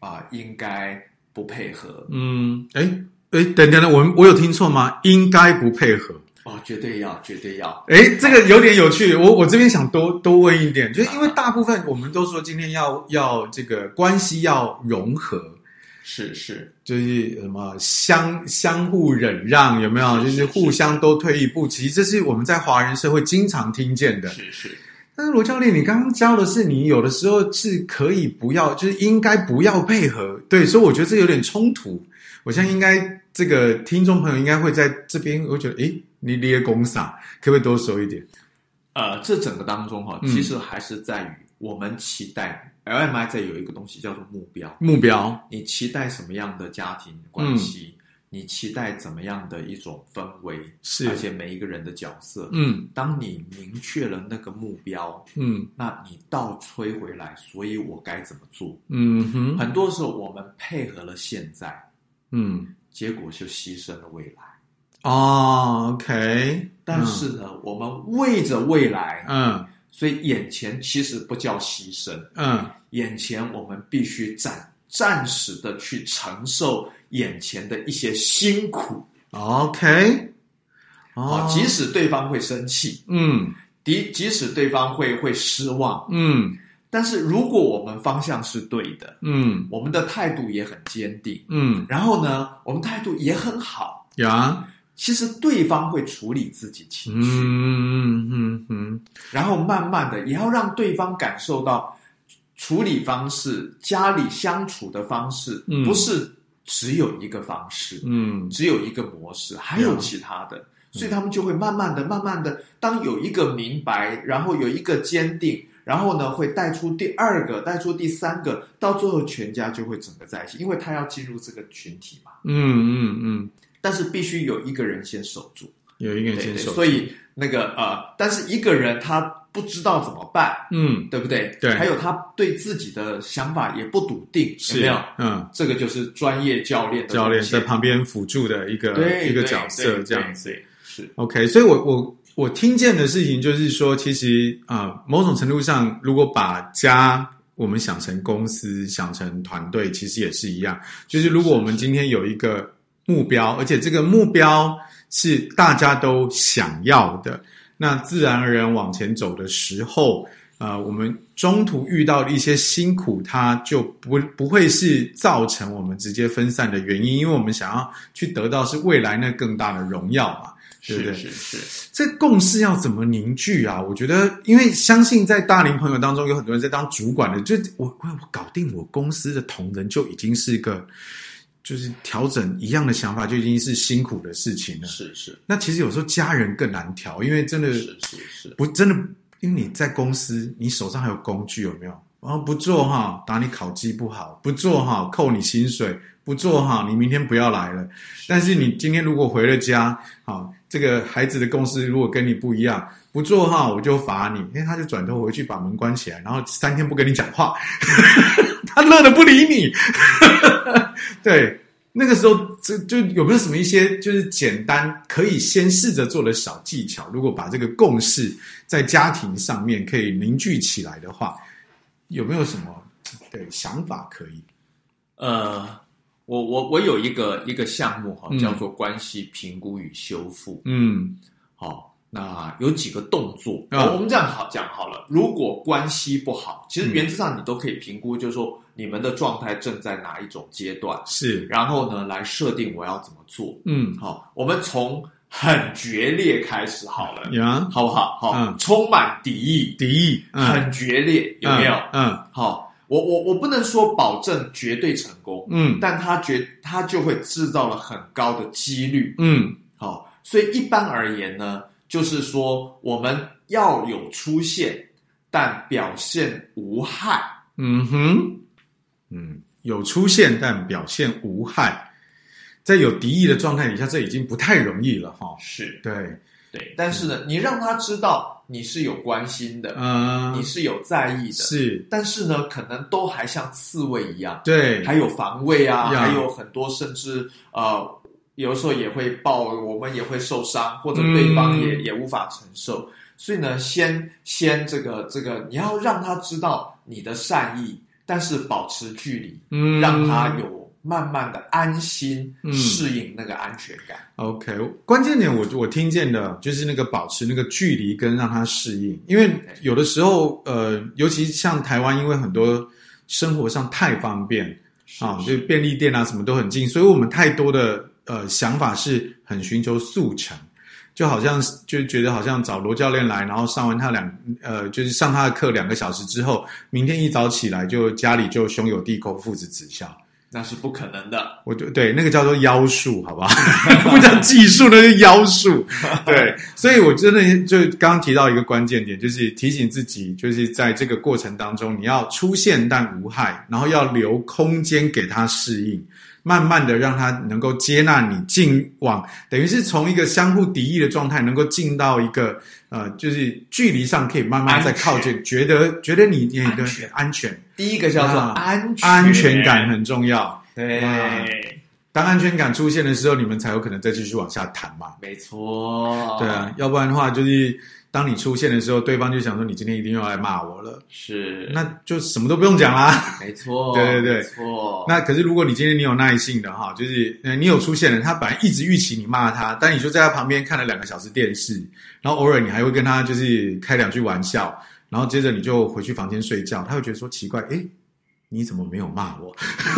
Speaker 2: 啊、应该不配合
Speaker 1: 嗯，哎哎，等等等，我我有听错吗？应该不配合。
Speaker 2: 哦，绝对要，绝对要，
Speaker 1: 哎，这个有点有趣。我我这边想多多问一点，就是因为大部分我们都说今天要要这个关系要融合，
Speaker 2: 是是
Speaker 1: 就是什么相相互忍让，有没有？就是互相都退一步。其实这是我们在华人社会经常听见的。
Speaker 2: 是是，
Speaker 1: 但是罗教练，你刚刚教的是你有的时候是可以不要，就是应该不要配合。对，所以我觉得这有点冲突。我相信应该这个听众朋友应该会在这边，我觉得诶，你列公傻，可不可以多说一点？
Speaker 2: 呃，这整个当中哈、
Speaker 1: 嗯
Speaker 2: 其实还是在于我们期待 LMI 在有一个东西叫做目标，
Speaker 1: 目标，
Speaker 2: 你期待什么样的家庭关系？
Speaker 1: 嗯
Speaker 2: 你期待怎么样的一种氛围？
Speaker 1: 是
Speaker 2: 而且每一个人的角色。
Speaker 1: 嗯
Speaker 2: 当你明确了那个目标，
Speaker 1: 嗯
Speaker 2: 那你倒推回来，所以我该怎么做？
Speaker 1: 嗯哼，
Speaker 2: 很多时候我们配合了现在，
Speaker 1: 嗯
Speaker 2: 结果就牺牲了未来。
Speaker 1: 哦，OK，
Speaker 2: 但是呢，我们为着未来，
Speaker 1: 嗯
Speaker 2: 所以眼前其实不叫牺牲，
Speaker 1: 嗯
Speaker 2: 眼前我们必须暂暂时的去承受眼前的一些辛苦
Speaker 1: ，OK，
Speaker 2: 啊，
Speaker 1: 哦，
Speaker 2: 即使对方会生气，
Speaker 1: 嗯
Speaker 2: 即即使对方会会失望，
Speaker 1: 嗯
Speaker 2: 但是如果我们方向是对的，
Speaker 1: 嗯
Speaker 2: 我们的态度也很坚定，
Speaker 1: 嗯
Speaker 2: 然后呢，我们态度也很好，
Speaker 1: 呀，
Speaker 2: 其实对方会处理自己情
Speaker 1: 嗯
Speaker 2: 绪，
Speaker 1: 嗯嗯嗯
Speaker 2: 然后慢慢的也要让对方感受到处理方式、家里相处的方式，
Speaker 1: 嗯
Speaker 2: 不是只有一个方式，
Speaker 1: 嗯
Speaker 2: 只有一个模式，还有其他的，所以他们就会慢慢的、慢慢的，当有一个明白，然后有一个坚定。然后呢，会带出第二个，带出第三个，到最后全家就会整个在一起，因为他要进入这个群体嘛。
Speaker 1: 嗯嗯嗯，
Speaker 2: 但是必须有一个人先守住，
Speaker 1: 有一个人
Speaker 2: 对
Speaker 1: 先
Speaker 2: 对
Speaker 1: 手，
Speaker 2: 所以那个呃，但是一个人他不知道怎么办，
Speaker 1: 嗯
Speaker 2: 对不对？
Speaker 1: 对
Speaker 2: 还有他对自己的想法也不笃定，有
Speaker 1: 是
Speaker 2: 没有？
Speaker 1: 嗯。
Speaker 2: 这个就是专业教练的
Speaker 1: 教练
Speaker 2: 东西
Speaker 1: 在旁边辅助的一个
Speaker 2: 对
Speaker 1: 一个
Speaker 2: 对
Speaker 1: 角色
Speaker 2: 对
Speaker 1: 这样
Speaker 2: 对
Speaker 1: 子。
Speaker 2: 对是
Speaker 1: OK，所以我我我听见的事情就是说，其实啊、呃某种程度上，如果把家我们想成公司、想成团队，其实也是一样。就是如果我们今天有一个目标，而且这个目标是大家都想要的，那自然而然往前走的时候，呃，我们中途遇到的一些辛苦，它就不不会是造成我们直接分散的原因，因为我们想要去得到是未来那更大的荣耀嘛。对对
Speaker 2: 是是是，
Speaker 1: 这共识要怎么凝聚啊？我觉得，因为相信在大龄朋友当中，有很多人在当主管的，就我我我搞定我公司的同仁就已经是一个，就是调整一样的想法，就已经是辛苦的事情了。
Speaker 2: 是是
Speaker 1: 那其实有时候家人更难调，因为真的
Speaker 2: 是是是，
Speaker 1: 不真的，因为你在公司，你手上还有工具，有没有？然后不做哈，打你考绩不好；不做哈，扣你薪水；不做哈，你明天不要来了。但是你今天如果回了家，好，这个孩子的共识如果跟你不一样，不做哈，我就罚你。因为他就转头回去把门关起来，然后三天不跟你讲话， 他乐得不理你。 对，那个时候这就有没有什么一些就是简单可以先试着做的小技巧？如果把这个共识在家庭上面可以凝聚起来的话，有没有什么对想法可以？
Speaker 2: 呃，我我我有一个一个项目哈、
Speaker 1: 嗯
Speaker 2: 叫做关系评估与修复，
Speaker 1: 嗯
Speaker 2: 好、那有几个动作，
Speaker 1: 啊
Speaker 2: 我们这样好讲好了。如果关系不好，其
Speaker 1: 嗯
Speaker 2: 实原则上你都可以评估，就是说你们的状态正在哪一种阶段，
Speaker 1: 是
Speaker 2: 然后呢来设定我要怎么做。
Speaker 1: 嗯
Speaker 2: 好，我们从很决裂开始好了，
Speaker 1: 呀
Speaker 2: 好不好？好，
Speaker 1: 嗯
Speaker 2: 充满敌意，
Speaker 1: 敌意嗯
Speaker 2: 很决裂，有没有？
Speaker 1: 嗯
Speaker 2: 好，我我我不能说保证绝对成功，
Speaker 1: 嗯
Speaker 2: 但他绝他就会制造了很高的几率。
Speaker 1: 嗯
Speaker 2: 好，所以一般而言呢，就是说我们要有出现，但表现无害。
Speaker 1: 嗯哼，嗯，有出现但表现无害，在有敌意的状态底下，这已经不太容易了哈。
Speaker 2: 是
Speaker 1: 对，
Speaker 2: 对，但是呢，你让他知道你是有关心的，
Speaker 1: 嗯、
Speaker 2: 你是有在意的，
Speaker 1: 是，
Speaker 2: 但是呢，可能都还像刺猬一样，
Speaker 1: 对，
Speaker 2: 还有防卫啊，
Speaker 1: 呀
Speaker 2: 还有很多，甚至呃，有时候也会爆，我们也会受伤，或者
Speaker 1: 嗯
Speaker 2: 对方也、也无法承受。所以呢，先先这个这个，你要让他知道你的善意，但是保持距离，
Speaker 1: 嗯，
Speaker 2: 让他有慢慢的安心、
Speaker 1: 嗯
Speaker 2: 适应那个安全感。
Speaker 1: OK，关键点我我听见的就是那个保持那个距离跟让他适应，因为有的时候呃，尤其像台湾，因为很多生活上太方便啊，就是便利店啊什么都很近，所以我们太多的呃想法是很寻求速成，就好像就觉得好像找罗教练来，然后上完他两呃就是上他的课两个小时之后，明天一早起来就家里就兄友弟恭父子子孝，
Speaker 2: 那是不可能的。
Speaker 1: 我就对那个叫做妖术，好不好？不叫技术，那是妖术。对，所以我真的就刚刚提到一个关键点，就是提醒自己，就是在这个过程当中，你要出现但无害，然后要留空间给他适应，慢慢的让他能够接纳你，进往等于是从一个相互敌意的状态，能够进到一个呃，就是距离上可以慢慢再靠近，觉得觉得你你
Speaker 2: 安
Speaker 1: 的
Speaker 2: 全
Speaker 1: 安全
Speaker 2: 第一个叫做
Speaker 1: 啊
Speaker 2: 安全、
Speaker 1: 安全感，很重要。
Speaker 2: 对，
Speaker 1: 啊当安全感出现的时候，你们才有可能再继续往下谈嘛。
Speaker 2: 没错，
Speaker 1: 对啊，，要不然的话，就是当你出现的时候，对方就想说你今天一定要来骂我了，
Speaker 2: 是
Speaker 1: 那就什么都不用讲啦。
Speaker 2: 没错，
Speaker 1: 对对对
Speaker 2: 没错，
Speaker 1: 那可是如果你今天你有耐性的哈，就是呃你有出现了，他本来一直预期你骂他，但你就在他旁边看了两个小时电视，然后偶尔你还会跟他就是开两句玩笑，然后接着你就回去房间睡觉，他会觉得说奇怪，诶，你怎么没有骂我？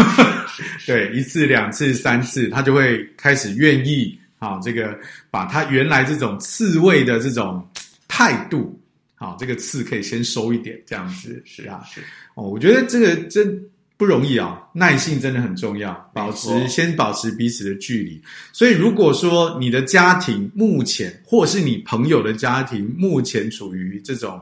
Speaker 1: 对，一次、两次、三次，他就会开始愿意啊，这个把他原来这种刺猬的这种态度，啊，这个刺可以先收一点，这样子
Speaker 2: 是
Speaker 1: 啊
Speaker 2: 啊，。是
Speaker 1: 哦，我觉得这个真不容易啊，耐性真的很重要，保持
Speaker 2: 没错
Speaker 1: 先保持彼此的距离。所以，如果说你的家庭目前，或是你朋友的家庭目前处于这种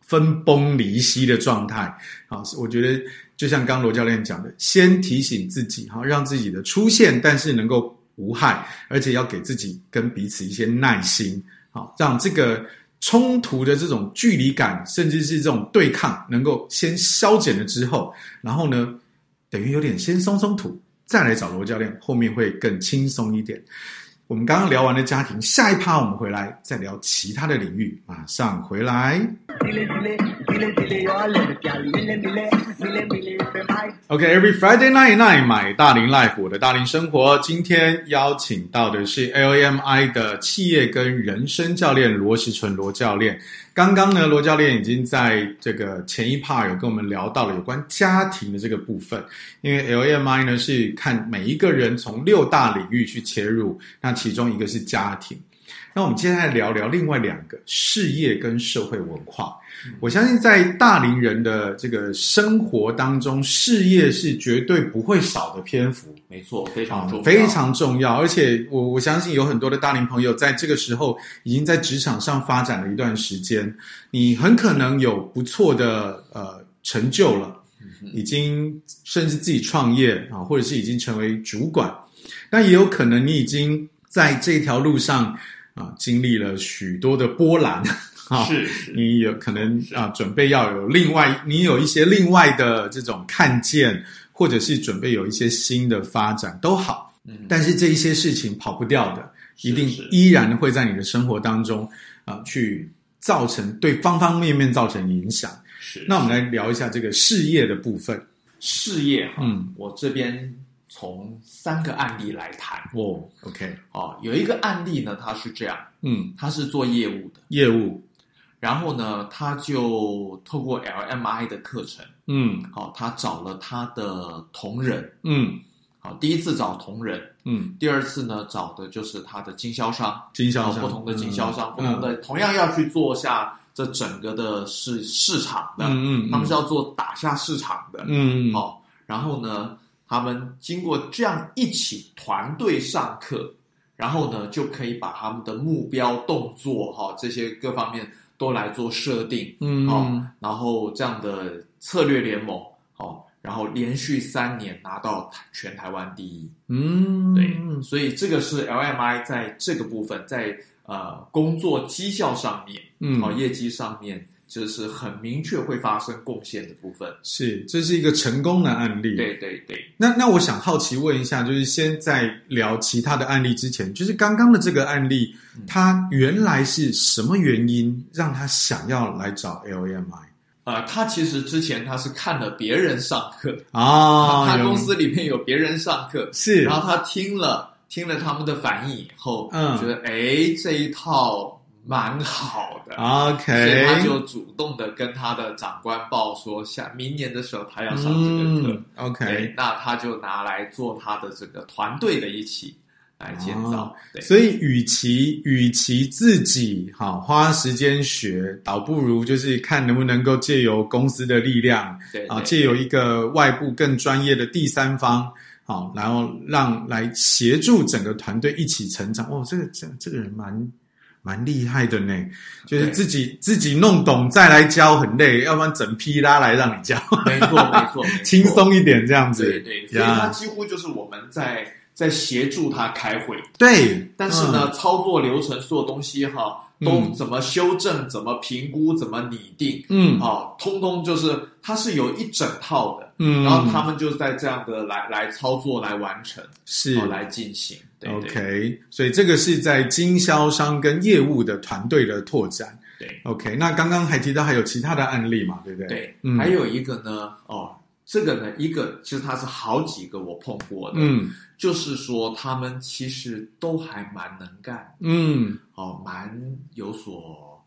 Speaker 1: 分崩离析的状态，啊，我觉得就像刚罗教练讲的，先提醒自己哈，让自己的出现，但是能够无害，而且要给自己跟彼此一些耐心，好，让这个冲突的这种距离感，甚至是这种对抗，能够先消减了之后，然后呢，等于有点先松松土，再来找罗教练，后面会更轻松一点。我们刚刚聊完了家庭，下一趴我们回来再聊其他的领域，马上回来。
Speaker 4: Mile, mile, mile, mile, yo al especial. Mile, mile, mile, mile, me vai.
Speaker 1: OK，Every、Friday night night 买大龄 life 我的大龄生活，今天邀请到的是 LMI 的企业跟人生教练罗时纯罗教练。刚刚呢，罗教练已经在这个前一 part 有跟我们聊到了有关家庭的这个部分，因为 LMI 呢是看每一个人从六大领域去切入，那其中一个是家庭。那我们接下来聊聊另外两个事业跟社会文化。我相信在大龄人的这个生活当中，事业是绝对不会少的篇幅
Speaker 2: 没错，非常
Speaker 1: 啊
Speaker 2: 重要，，
Speaker 1: 非常重要。而且我我相信有很多的大龄朋友在这个时候已经在职场上发展了一段时间，你很可能有不错的呃成就了，
Speaker 2: 嗯
Speaker 1: 已经甚至自己创业啊，或者是已经成为主管，但也有可能你已经在这条路上啊经历了许多的波澜。啊。
Speaker 2: 是是
Speaker 1: 你有可能啊、准备要有另外，你有一些另外的这种看见，或者是准备有一些新的发展都好，
Speaker 2: 嗯
Speaker 1: 但是这一些事情跑不掉的，
Speaker 2: 是
Speaker 1: 一定
Speaker 2: 是
Speaker 1: 依然会在你的生活当中啊、去造成对方方面面造成影响。
Speaker 2: 是。
Speaker 1: 那我们来聊一下这个事业的部分。
Speaker 2: 事业哈，
Speaker 1: 嗯，
Speaker 2: 我这边从三个案例来谈
Speaker 1: 哦，OK，
Speaker 2: 哦。有一个案例呢，他是这样，
Speaker 1: 嗯，
Speaker 2: 他是做业务的，
Speaker 1: 业务，
Speaker 2: 然后呢，他就透过 LMI 的课程，
Speaker 1: 嗯
Speaker 2: 好、他找了他的同仁，
Speaker 1: 嗯
Speaker 2: 好、第一次找同仁，
Speaker 1: 嗯，
Speaker 2: 第二次呢找的就是他的经销商，
Speaker 1: 经销
Speaker 2: 然后
Speaker 1: 商，
Speaker 2: 哦不同的经销商，
Speaker 1: 嗯、
Speaker 2: 不同的同样要去做下这整个的市市场的，
Speaker 1: 嗯嗯嗯
Speaker 2: 他们是要做打下市场的，
Speaker 1: 嗯，嗯，
Speaker 2: 好、然后呢，他们经过这样一起团队上课，然后呢，就可以把他们的目标、动作哈、这些各方面都来做设定，
Speaker 1: 嗯
Speaker 2: 哦，然后这样的策略联盟，哦，然后连续三年拿到全台湾第一，
Speaker 1: 嗯，
Speaker 2: 对，所以这个是 LMI 在这个部分在呃工作绩效上面，
Speaker 1: 嗯
Speaker 2: 哦，业绩上面就是很明确会发生贡献的部分，
Speaker 1: 是，这是一个成功的案例。
Speaker 2: 对对对，
Speaker 1: 那那我想好奇问一下，就是先在聊其他的案例之前，就是刚刚的这个案例，
Speaker 2: 嗯
Speaker 1: 他原来是什么原因让他想要来找 LMI
Speaker 2: 呃，他其实之前他是看了别人上课，
Speaker 1: 啊？
Speaker 2: 他
Speaker 1: 有
Speaker 2: 公司里面有别人上课，
Speaker 1: 是
Speaker 2: 然后他听了听了他们的反应以后，
Speaker 1: 嗯
Speaker 2: 觉得哎这一套蛮好的。所以他
Speaker 1: 啊，OK，
Speaker 2: 就主动的跟他的长官报说，下明年的时候他要上这个课，
Speaker 1: 嗯，OK，
Speaker 2: 对，那他就拿来做他的这个团队的一起来建造，
Speaker 1: 哦
Speaker 2: 对，
Speaker 1: 所以与其与其自己好花时间学，倒不如就是看能不能够借由公司的力量，
Speaker 2: 对
Speaker 1: 啊，
Speaker 2: 对
Speaker 1: 借由一个外部更专业的第三方，好，然后让来协助整个团队一起成长。哦，这个这这个人蛮蛮厉害的呢，就是
Speaker 2: 对
Speaker 1: 自己自己弄懂再来教很累，要不然整批拉来让你教，
Speaker 2: 没错没错，没错
Speaker 1: 轻，松一点这样子。
Speaker 2: 对对，所以他
Speaker 1: 呀，
Speaker 2: 几乎就是我们在在协助他开会，
Speaker 1: 对，
Speaker 2: 但是呢，操作流程所有东西哈，都
Speaker 1: 嗯
Speaker 2: 怎么修正、怎么评估、怎么拟定，
Speaker 1: 嗯，嗯，
Speaker 2: 哦，通通就是它是有一整套的，
Speaker 1: 嗯，
Speaker 2: 然后他们就在这样的来来操作、来完成、
Speaker 1: 是
Speaker 2: 哦来进行，对对
Speaker 1: OK，所以这个是在经销商跟业务的团队的拓展。
Speaker 2: 对
Speaker 1: OK，那刚刚还提到还有其他的案例嘛，对不对？
Speaker 2: 对，
Speaker 1: 嗯
Speaker 2: 还有一个呢，哦，这个呢，一个其实它是好几个我碰过的，，
Speaker 1: 嗯
Speaker 2: 就是说他们其实都还蛮能干，
Speaker 1: 嗯
Speaker 2: 哦，蛮有所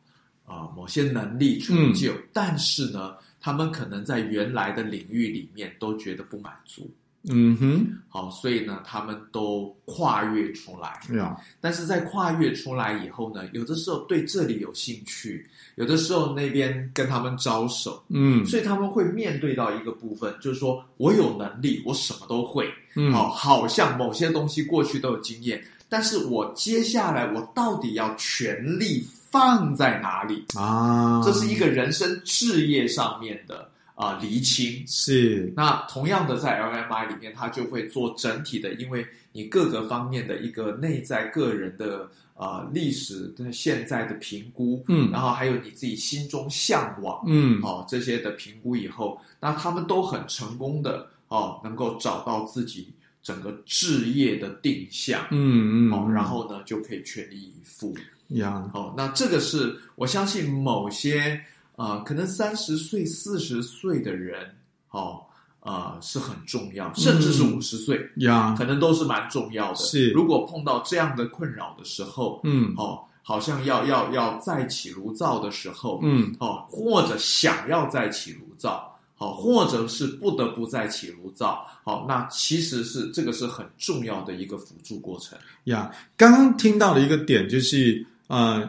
Speaker 2: 呃某些能力成就，但是呢，他们可能在原来的领域里面都觉得不满足，
Speaker 1: 嗯哼，
Speaker 2: 好、所以呢，他们都跨越出来。
Speaker 1: 呀，
Speaker 2: 但是在跨越出来以后呢，有的时候对这里有兴趣，有的时候那边跟他们招手，
Speaker 1: 嗯
Speaker 2: 所以他们会面对到一个部分，就是说我有能力，我什么都会，
Speaker 1: 嗯，
Speaker 2: 哦，好像某些东西过去都有经验，但是我接下来我到底要全力放在哪里？
Speaker 1: 啊，
Speaker 2: 这是一个人生置业上面的啊、呃厘清。
Speaker 1: 是
Speaker 2: 那同样的，在 LMI 里面，它就会做整体的，因为你各个方面的一个内在个人的呃历史跟现在的评估，
Speaker 1: 嗯
Speaker 2: 然后还有你自己心中向往，
Speaker 1: 嗯
Speaker 2: 哦这些的评估以后，那他们都很成功的哦，能够找到自己整个置业的定向。
Speaker 1: 嗯嗯，
Speaker 2: 哦，然后呢，就可以全力以赴。
Speaker 1: 呀，
Speaker 2: 哦，那这个是我相信某些呃，可能三十岁、四十岁的人，哦，呃，是很重要，甚至是
Speaker 1: 嗯
Speaker 2: 五十岁，
Speaker 1: 呀，
Speaker 2: 可能都是蛮重要的。
Speaker 1: 是
Speaker 2: 如果碰到这样的困扰的时候，
Speaker 1: 嗯
Speaker 2: 哦，好像要要要再起炉灶的时候，
Speaker 1: 嗯
Speaker 2: 哦，或者想要再起炉灶，好、或者是不得不再起炉灶，好、那其实是这个是很重要的一个辅助过程。
Speaker 1: 呀，刚刚听到的一个点就是，呃，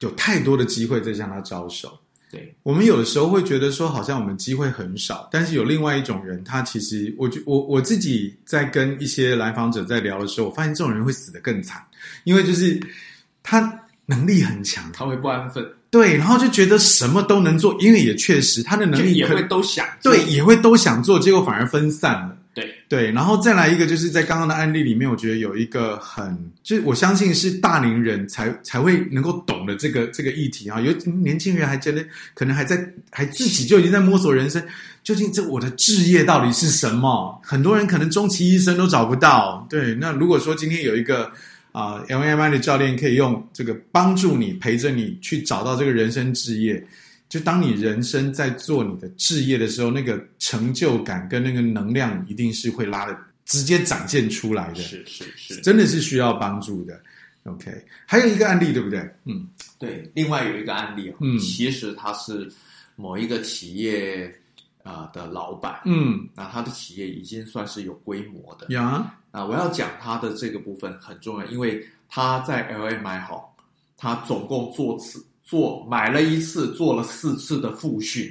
Speaker 1: 有太多的机会在向他招手。
Speaker 2: 对，
Speaker 1: 我们有的时候会觉得说，好像我们机会很少，但是有另外一种人，他其实我觉我我自己在跟一些来访者在聊的时候，我发现这种人会死得更惨，因为就是他能力很强，
Speaker 2: 他会不安分，
Speaker 1: 对，然后就觉得什么都能做，因为也确实他的能
Speaker 2: 就
Speaker 1: 力
Speaker 2: 也
Speaker 1: 可
Speaker 2: 会都想做
Speaker 1: 对也会都想做，结果反而分散了。
Speaker 2: 对
Speaker 1: 对，然后再来一个，就是在刚刚的案例里面，我觉得有一个很，就是我相信是大龄人才才会能够懂的这个这个议题啊。有年轻人还觉得可能还在还自己就已经在摸索人生，究竟这我的置业到底是什么？很多人可能终其一生都找不到。对，那如果说今天有一个啊、LMI 的教练可以用这个帮助你陪着你去找到这个人生置业，就当你人生在做你的置业的时候，那个成就感跟那个能量一定是会拉的，直接展现出来的，
Speaker 2: 是是是，
Speaker 1: 真的是需要帮助的。OK，还有一个案例，对不对？嗯
Speaker 2: 对。另外有一个案例哦，
Speaker 1: 嗯
Speaker 2: 其实他是某一个企业啊、呃的老板，
Speaker 1: 嗯
Speaker 2: 那他的企业已经算是有规模的，
Speaker 1: 呀
Speaker 2: 啊，我要讲他的这个部分很重要，因为他在 LMI 哈，他总共做次做买了一次，做了四次的复训，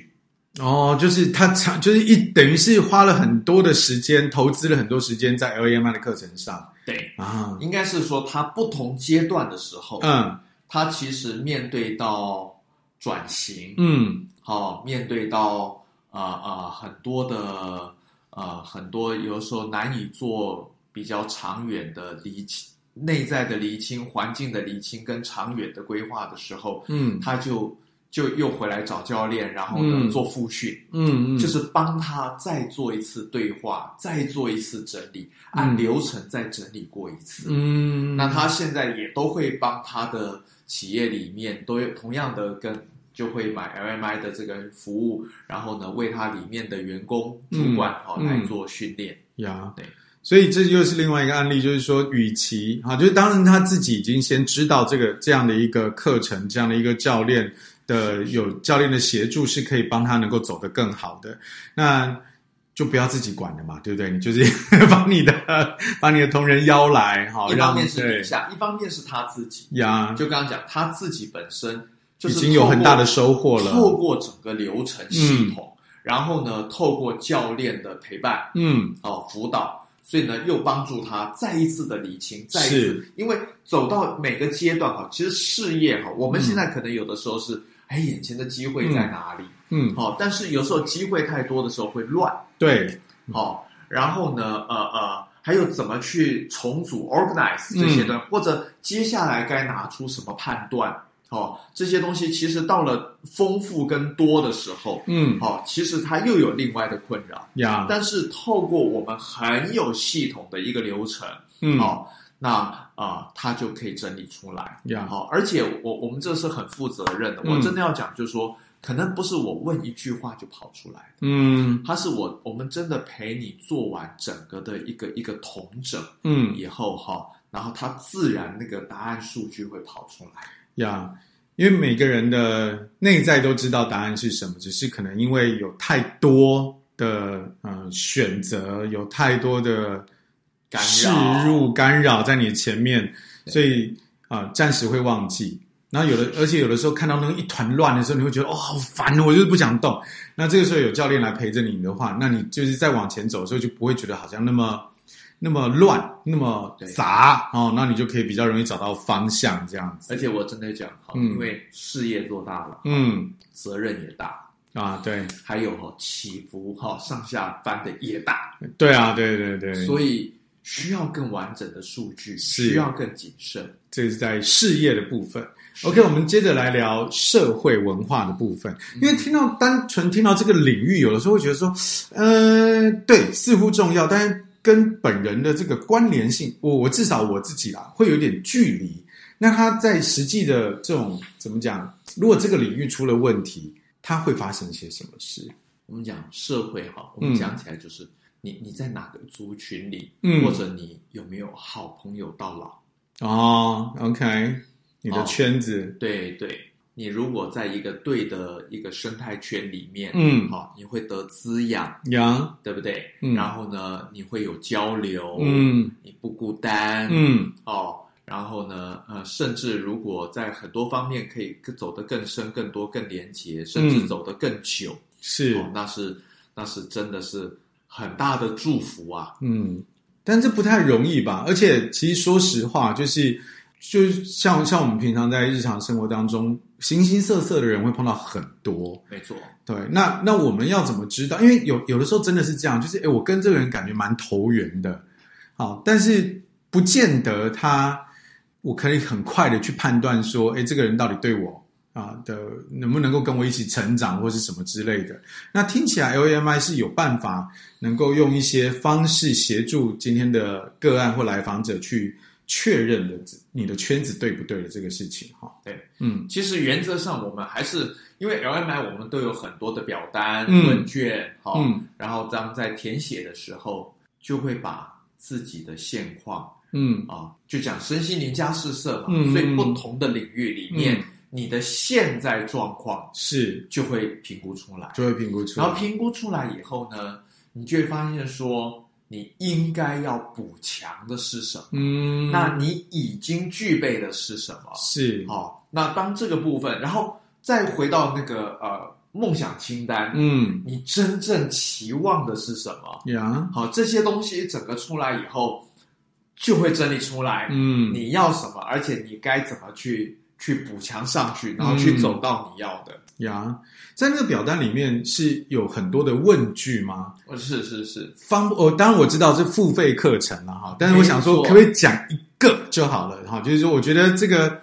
Speaker 1: 哦，就是他长，就是一等于是花了很多的时间，投资了很多时间在 LMI 的课程上。
Speaker 2: 对，
Speaker 1: 啊，
Speaker 2: 应该是说他不同阶段的时候，，
Speaker 1: 嗯
Speaker 2: 他其实面对到转型，
Speaker 1: 嗯
Speaker 2: 好、面对到呃呃很多的呃很多有时候难以做比较长远的厘清内在的厘清、环境的厘清跟长远的规划的时候，
Speaker 1: 嗯
Speaker 2: 他就就又回来找教练，然后呢、
Speaker 1: 嗯
Speaker 2: 做复训，
Speaker 1: 嗯嗯，
Speaker 2: 就是帮他再做一次对话，再做一次整理，按
Speaker 1: 嗯
Speaker 2: 流程再整理过一次。
Speaker 1: 嗯，
Speaker 2: 那他现在也都会帮他的企业里面都有同样的跟就会买 LMI 的这个服务，然后呢为他里面的员工主
Speaker 1: 嗯
Speaker 2: 管好、
Speaker 1: 嗯
Speaker 2: 来做训练。
Speaker 1: 呀，
Speaker 2: 对，
Speaker 1: 所以这又是另外一个案例，就是说，与其啊，就是当然他自己已经先知道这个这样的一个课程，这样的一个教练的有教练的协助是可以帮他能够走得更好的，那就不要自己管了嘛，对不对？你就是 把你的把你的同仁邀来，好
Speaker 2: 一方
Speaker 1: 让
Speaker 2: 面是
Speaker 1: 对
Speaker 2: 底下，一方面是他自己。
Speaker 1: 呀，
Speaker 2: 就刚刚讲，他自己本身就
Speaker 1: 已
Speaker 2: 是
Speaker 1: 经有
Speaker 2: 透
Speaker 1: 很
Speaker 2: 过
Speaker 1: 大的收获
Speaker 2: 透
Speaker 1: 了，
Speaker 2: 过整个流程系统，然后呢透过教练的陪伴。
Speaker 1: 嗯
Speaker 2: 哦辅导，所以呢又帮助他再一次的理清，再一次
Speaker 1: 是，
Speaker 2: 因为走到每个阶段哈，其实事业哈，我们
Speaker 1: 嗯
Speaker 2: 现在可能有的时候是，哎，眼前的机会在哪里？
Speaker 1: 嗯，
Speaker 2: 哦，但是有时候机会太多的时候会乱，
Speaker 1: 对，
Speaker 2: 哦，然后呢，呃呃。还有怎么去重组 organize 这些的，
Speaker 1: 嗯
Speaker 2: 或者接下来该拿出什么判断？哦，这些东西其实到了丰富跟多的时候，
Speaker 1: 嗯
Speaker 2: 哦，其实它又有另外的困扰。
Speaker 1: 呀，
Speaker 2: 但是透过我们很有系统的一个流程，
Speaker 1: 嗯
Speaker 2: 哦，那啊、呃它就可以整理出来。
Speaker 1: 呀，
Speaker 2: 好、而且我我们这是很负责任的，
Speaker 1: 嗯
Speaker 2: 我真的要讲，就是说，可能不是我问一句话就跑出来的，
Speaker 1: 嗯
Speaker 2: 它是我我们真的陪你做完整个的一个一个统整
Speaker 1: 嗯。
Speaker 2: 以后哈、然后它自然那个答案数据会跑出来。
Speaker 1: 呀因为每个人的内在都知道答案是什么，只是可能因为有太多的呃选择，有太多的
Speaker 2: 干
Speaker 1: 事
Speaker 2: 扰
Speaker 1: 入干扰在你前面，
Speaker 2: 对
Speaker 1: 所以啊、呃暂时会忘记。然后有的，而且有的时候看到那个一团乱的时候，你会觉得哦，好烦哦，我就是不想动。那这个时候有教练来陪着你的话，那你就是再往前走的时候，就不会觉得好像那么那么乱、那么
Speaker 2: 对
Speaker 1: 杂哦，那你就可以比较容易找到方向这样子。
Speaker 2: 而且我真的讲，哈，
Speaker 1: 嗯
Speaker 2: 因为事业做大了，
Speaker 1: 嗯
Speaker 2: 责任也大，
Speaker 1: 啊，对。
Speaker 2: 还有哈、起伏哈、上下翻的也大，
Speaker 1: 对啊，对对对，
Speaker 2: 所
Speaker 1: 以
Speaker 2: 以需要更完整的数据，
Speaker 1: 是
Speaker 2: 需要更谨慎。
Speaker 1: 这是在事业的部分。OK，我们接着来聊社会文化的部分，
Speaker 2: 嗯
Speaker 1: 因为听到单纯听到这个领域，有的时候会觉得说，呃，对，似乎重要，但是跟本人的这个关联性，我我至少我自己啦，会有点距离。那他在实际的这种怎么讲？如果这个领域出了问题，它会发生些什么事？
Speaker 2: 我们讲社会哈，我们
Speaker 1: 嗯
Speaker 2: 讲起来就是、你你在哪个族群里，
Speaker 1: 嗯
Speaker 2: 或者你有没有好朋友到老？
Speaker 1: 哦，OK，你的
Speaker 2: 哦
Speaker 1: 圈子，
Speaker 2: 对对，你如果在一个对的一个生态圈里面，
Speaker 1: 嗯
Speaker 2: 好，你会得滋养，
Speaker 1: 羊，
Speaker 2: 对不对？
Speaker 1: 嗯
Speaker 2: 然后呢，你会有交流，，
Speaker 1: 嗯
Speaker 2: 你不孤单，。
Speaker 1: 嗯
Speaker 2: 哦，然后呢，呃，甚至如果在很多方面可以更走得更深、更多、更连结，甚至
Speaker 1: 嗯
Speaker 2: 走得更久，
Speaker 1: 是。
Speaker 2: 哦，那是那是真的是很大的祝福啊！
Speaker 1: 嗯，但这不太容易吧？而且其实说实话，就是就像像我们平常在日常生活当中，形形色色的人会碰到很多。
Speaker 2: 没错，
Speaker 1: 对，那那我们要怎么知道？因为有有的时候真的是这样，就是诶，我跟这个人感觉蛮投缘的，好，但是不见得他，我可以很快的去判断说，诶，这个人到底对我啊的能不能够跟我一起成长或是什么之类的。那听起来 LMI 是有办法能够用一些方式协助今天的个案或来访者去确认的你的圈子对不对的这个事情哈。
Speaker 2: 对，
Speaker 1: 嗯
Speaker 2: 其实原则上我们还是因为 LMI 我们都有很多的表单、
Speaker 1: 嗯
Speaker 2: 问卷，好、
Speaker 1: 嗯
Speaker 2: 然后咱们在填写的时候就会把自己的现况
Speaker 1: 嗯
Speaker 2: 啊，就讲身心灵加四社嘛，
Speaker 1: 嗯
Speaker 2: 所以不
Speaker 1: 嗯
Speaker 2: 同的领域里面，
Speaker 1: 嗯
Speaker 2: 你的现在状况
Speaker 1: 是
Speaker 2: 就会评估出来。
Speaker 1: 就会评估出来，
Speaker 2: 然后评估出来以后呢，你就会发现说，你应该要补强的是什么？
Speaker 1: 嗯，
Speaker 2: 那你已经具备的是什么？
Speaker 1: 是
Speaker 2: 好，那当这个部分，然后再回到那个呃梦想清单，
Speaker 1: 嗯
Speaker 2: 你真正期望的是什么？
Speaker 1: 呀，
Speaker 2: 好，这些东西整个出来以后，就会整理出来，
Speaker 1: 嗯，
Speaker 2: 你要什么，而且你该怎么去去补强上去，然后去
Speaker 1: 嗯
Speaker 2: 走到你要的。
Speaker 1: 呀，在那个表单里面是有很多的问句吗？
Speaker 2: 呃是是是，
Speaker 1: 方哦，当然我知道是付费课程了哈，但是我想说，
Speaker 2: 没错
Speaker 1: 可不可以讲一个就好了哈？就是说，我觉得这个，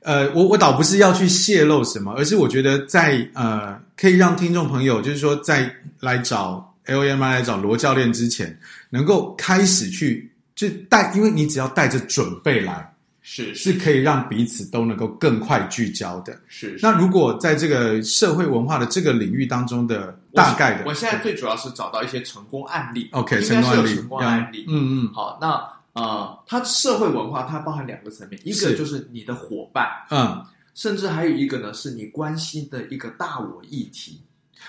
Speaker 1: 呃，我我倒不是要去泄露什么，而是我觉得在呃，可以让听众朋友，就是说在来找 L M I 来找罗教练之前，能够开始去就带，因为你只要带着准备来，
Speaker 2: 是是
Speaker 1: 是可以让彼此都能够更快聚焦的。
Speaker 2: 是。是
Speaker 1: 那如果在这个社会文化的这个领域当中的大概的
Speaker 2: 我现在最主要是找到一些成功案例。
Speaker 1: ，OK，
Speaker 2: 应
Speaker 1: 成
Speaker 2: 该
Speaker 1: 功案例，
Speaker 2: 是有成功案例。
Speaker 1: 嗯嗯
Speaker 2: 好，那呃，它社会文化它包含两个层面，一个
Speaker 1: 是
Speaker 2: 就是你的伙伴，
Speaker 1: 嗯，
Speaker 2: 甚至还有一个呢是你关心的一个大我议题。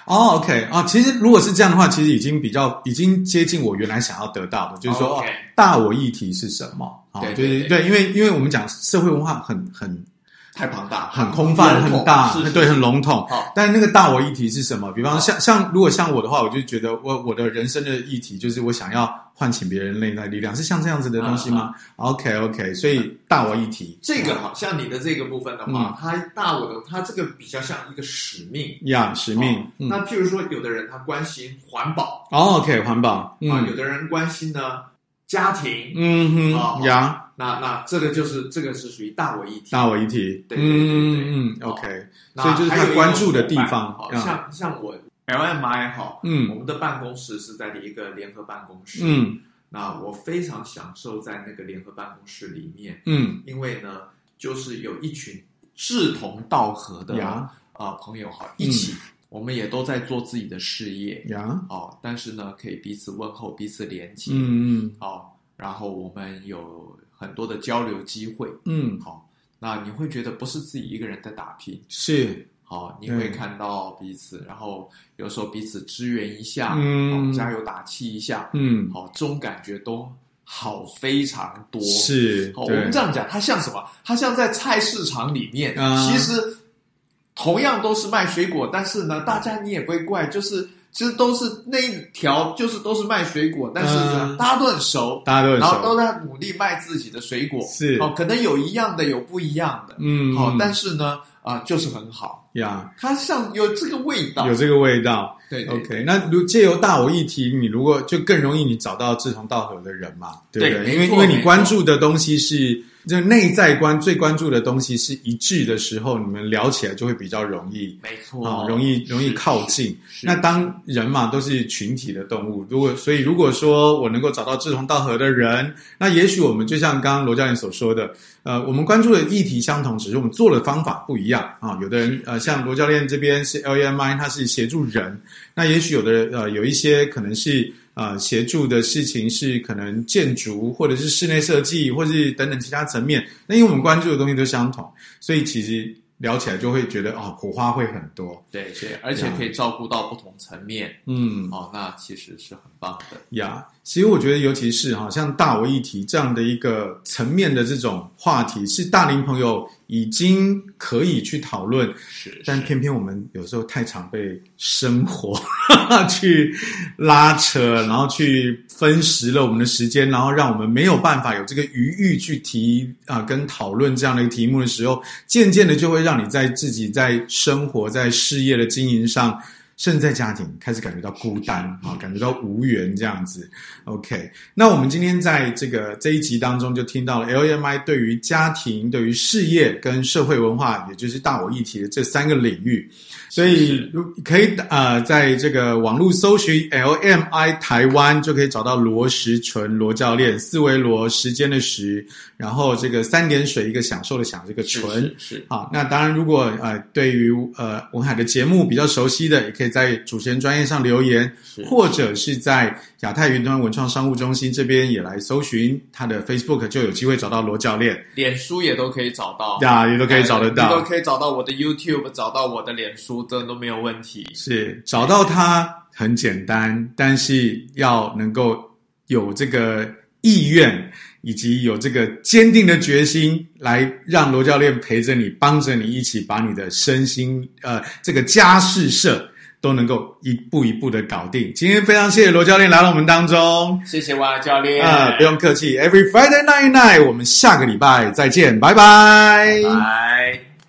Speaker 1: 哦，OK，啊，其实如果是这样的话，其实已经比较已经接近我原来想要得到的，就是说、
Speaker 2: OK
Speaker 1: 哦大我议题是什么？啊，
Speaker 2: 对
Speaker 1: 就
Speaker 2: 对
Speaker 1: 是对，因为因为我们讲社会文化很很
Speaker 2: 太庞大，
Speaker 1: 很空泛、
Speaker 2: 笼统
Speaker 1: 很大
Speaker 2: 是，是
Speaker 1: 对，
Speaker 2: 是
Speaker 1: 很笼统
Speaker 2: 好。
Speaker 1: 但那个大我议题是什么？比方
Speaker 2: 啊
Speaker 1: 像像如果像我的话，我就觉得我我的人生的议题就是我想要唤起别人内在力量，是像这样子的东西吗？OK OK，所以大我议题
Speaker 2: 啊这个好像你的这个部分的
Speaker 1: 嗯
Speaker 2: 话，它大我的它这个比较像一个使命。
Speaker 1: 呀，使命
Speaker 2: 哦。
Speaker 1: 嗯
Speaker 2: 那譬如说，有的人他关心环保
Speaker 1: 哦，OK，环保。
Speaker 2: 啊，有
Speaker 1: 嗯
Speaker 2: 的人关心呢家庭，
Speaker 1: 嗯
Speaker 2: 哦
Speaker 1: 哼呀，
Speaker 2: 那那这个就是这个是属于大我议题。
Speaker 1: 大我议题。
Speaker 2: 对对对对
Speaker 1: 嗯嗯嗯
Speaker 2: 哦
Speaker 1: ，OK，
Speaker 2: 那
Speaker 1: 所以就是
Speaker 2: 还有一
Speaker 1: 他
Speaker 2: 个
Speaker 1: 关注的地
Speaker 2: 伙伴
Speaker 1: 方
Speaker 2: 好
Speaker 1: 嗯
Speaker 2: 像像我 LMI 哈，我
Speaker 1: 嗯
Speaker 2: 们的办公室是在一个联合办公室，，
Speaker 1: 嗯
Speaker 2: 那我非常享受在那个联合办公室里面，
Speaker 1: 嗯
Speaker 2: 因为呢，就是有一群志同道合的啊、
Speaker 1: 呀
Speaker 2: 呃朋友哈，
Speaker 1: 嗯
Speaker 2: 一起、我们也都在做自己的事业
Speaker 1: 呀，
Speaker 2: 哦，但是呢，可以彼此问候，彼此连接，
Speaker 1: 嗯嗯
Speaker 2: 哦，然后我们有很多的交流机会，
Speaker 1: 嗯，
Speaker 2: 好、那你会觉得不是自己一个人在打拼。
Speaker 1: 是
Speaker 2: 好、你
Speaker 1: 嗯
Speaker 2: 会看到彼此，然后有时候彼此支援一下，
Speaker 1: 嗯
Speaker 2: 哦加油打气一下，
Speaker 1: 嗯
Speaker 2: 好、这种感觉都好非常多。，
Speaker 1: 是，
Speaker 2: 哦好、我
Speaker 1: 对
Speaker 2: 们这样讲，它像什么？它像在菜市场里面，
Speaker 1: 啊
Speaker 2: 其实同样都是卖水果，但是呢，大家你也不会怪，就是其实都是那一条，就是都是卖水果，但是呢，
Speaker 1: 嗯
Speaker 2: 大家都很熟。
Speaker 1: 大家都很
Speaker 2: 然后都
Speaker 1: 熟，
Speaker 2: 在努力卖自己的水果，
Speaker 1: 是
Speaker 2: 哦，可能有一样的，有不一样的，
Speaker 1: 嗯，
Speaker 2: 好、
Speaker 1: 嗯
Speaker 2: 但是呢，啊、就是很好，
Speaker 1: 呀。
Speaker 2: 它像有这个味道，
Speaker 1: 有这个味道。
Speaker 2: 对对
Speaker 1: OK，那如借由大我议题，你如果就更容易你找到志同道合的人嘛，对不对？
Speaker 2: 对
Speaker 1: 因为
Speaker 2: 没错
Speaker 1: 因为你
Speaker 2: 没错
Speaker 1: 关注的东西是就内在观最关注的东西是一致的时候，你们聊起来就会比较容易。
Speaker 2: 没错，
Speaker 1: 啊、容易容易
Speaker 2: 哦是
Speaker 1: 靠。近。
Speaker 2: 是
Speaker 1: 那当人嘛，都是群体的动物。如果所以，如果说我能够找到志同道合的人，那也许我们就像刚刚罗教练所说的，呃，我们关注的议题相同，只是我们做的方法不一样啊。有的人呃，像罗教练这边是 LMI，他是协助人，那也许有的人呃，有一些可能是。呃，协助的事情是可能建筑，或者是室内设计，或是等等其他层面。那因为我们关注的东西都相同，所以其实聊起来就会觉得哦，火花会很多。
Speaker 2: 对对，而且可以照顾到不同层面，
Speaker 1: 嗯，
Speaker 2: 哦，那其实是很棒的。
Speaker 1: 呀，其实我觉得，尤其是哈，像大我议题这样的一个层面的这种话题，是大龄朋友已经可以去讨论，
Speaker 2: 是，
Speaker 1: 但
Speaker 2: 是
Speaker 1: 偏偏我们有时候太常被生活 去拉扯，然后去分食了我们的时间，然后让我们没有办法有这个余裕去提啊、跟讨论这样的一个题目的时候，渐渐的就会让你在自己在生活、在事业的经营上，甚至在家庭开始感觉到孤单啊，感觉到无缘这样子。OK，那我们今天在这个这一集当中就听到了 LMI 对于家庭、对于事业跟社会文化，也就是大我议题的这三个领域，所以
Speaker 2: 是
Speaker 1: 如可以呃，在这个网络搜寻 LMI 台湾，就可以找到罗时纯罗教练，四维罗时间的时，然后这个三点水一个享受的享，这个纯。
Speaker 2: 是是
Speaker 1: 好，那当然，如果呃对于呃文海的节目比较熟悉的，也可以在主持人专业上留言，
Speaker 2: 是
Speaker 1: 或者是在亚太云端文创商务中心这边也来搜寻他的 Facebook，就有机会找到罗教练，
Speaker 2: 脸书也都可以找到，
Speaker 1: 呀，也都可以找得
Speaker 2: 哎你
Speaker 1: 到
Speaker 2: 都，可以找到我的 YouTube，找到我的脸书，这都没有问题。
Speaker 1: 是找到他很简单，但是要能够有这个意愿。以及有这个坚定的决心，来让罗教练陪着你，帮着你一起把你的身心呃这个家事社都能够一步一步的搞定。今天非常谢谢罗教练来到我们当中，呃
Speaker 2: 谢谢哇教练，
Speaker 1: 啊、不用客气。Every Friday night night，我们下个礼拜再见，拜拜。
Speaker 2: 拜。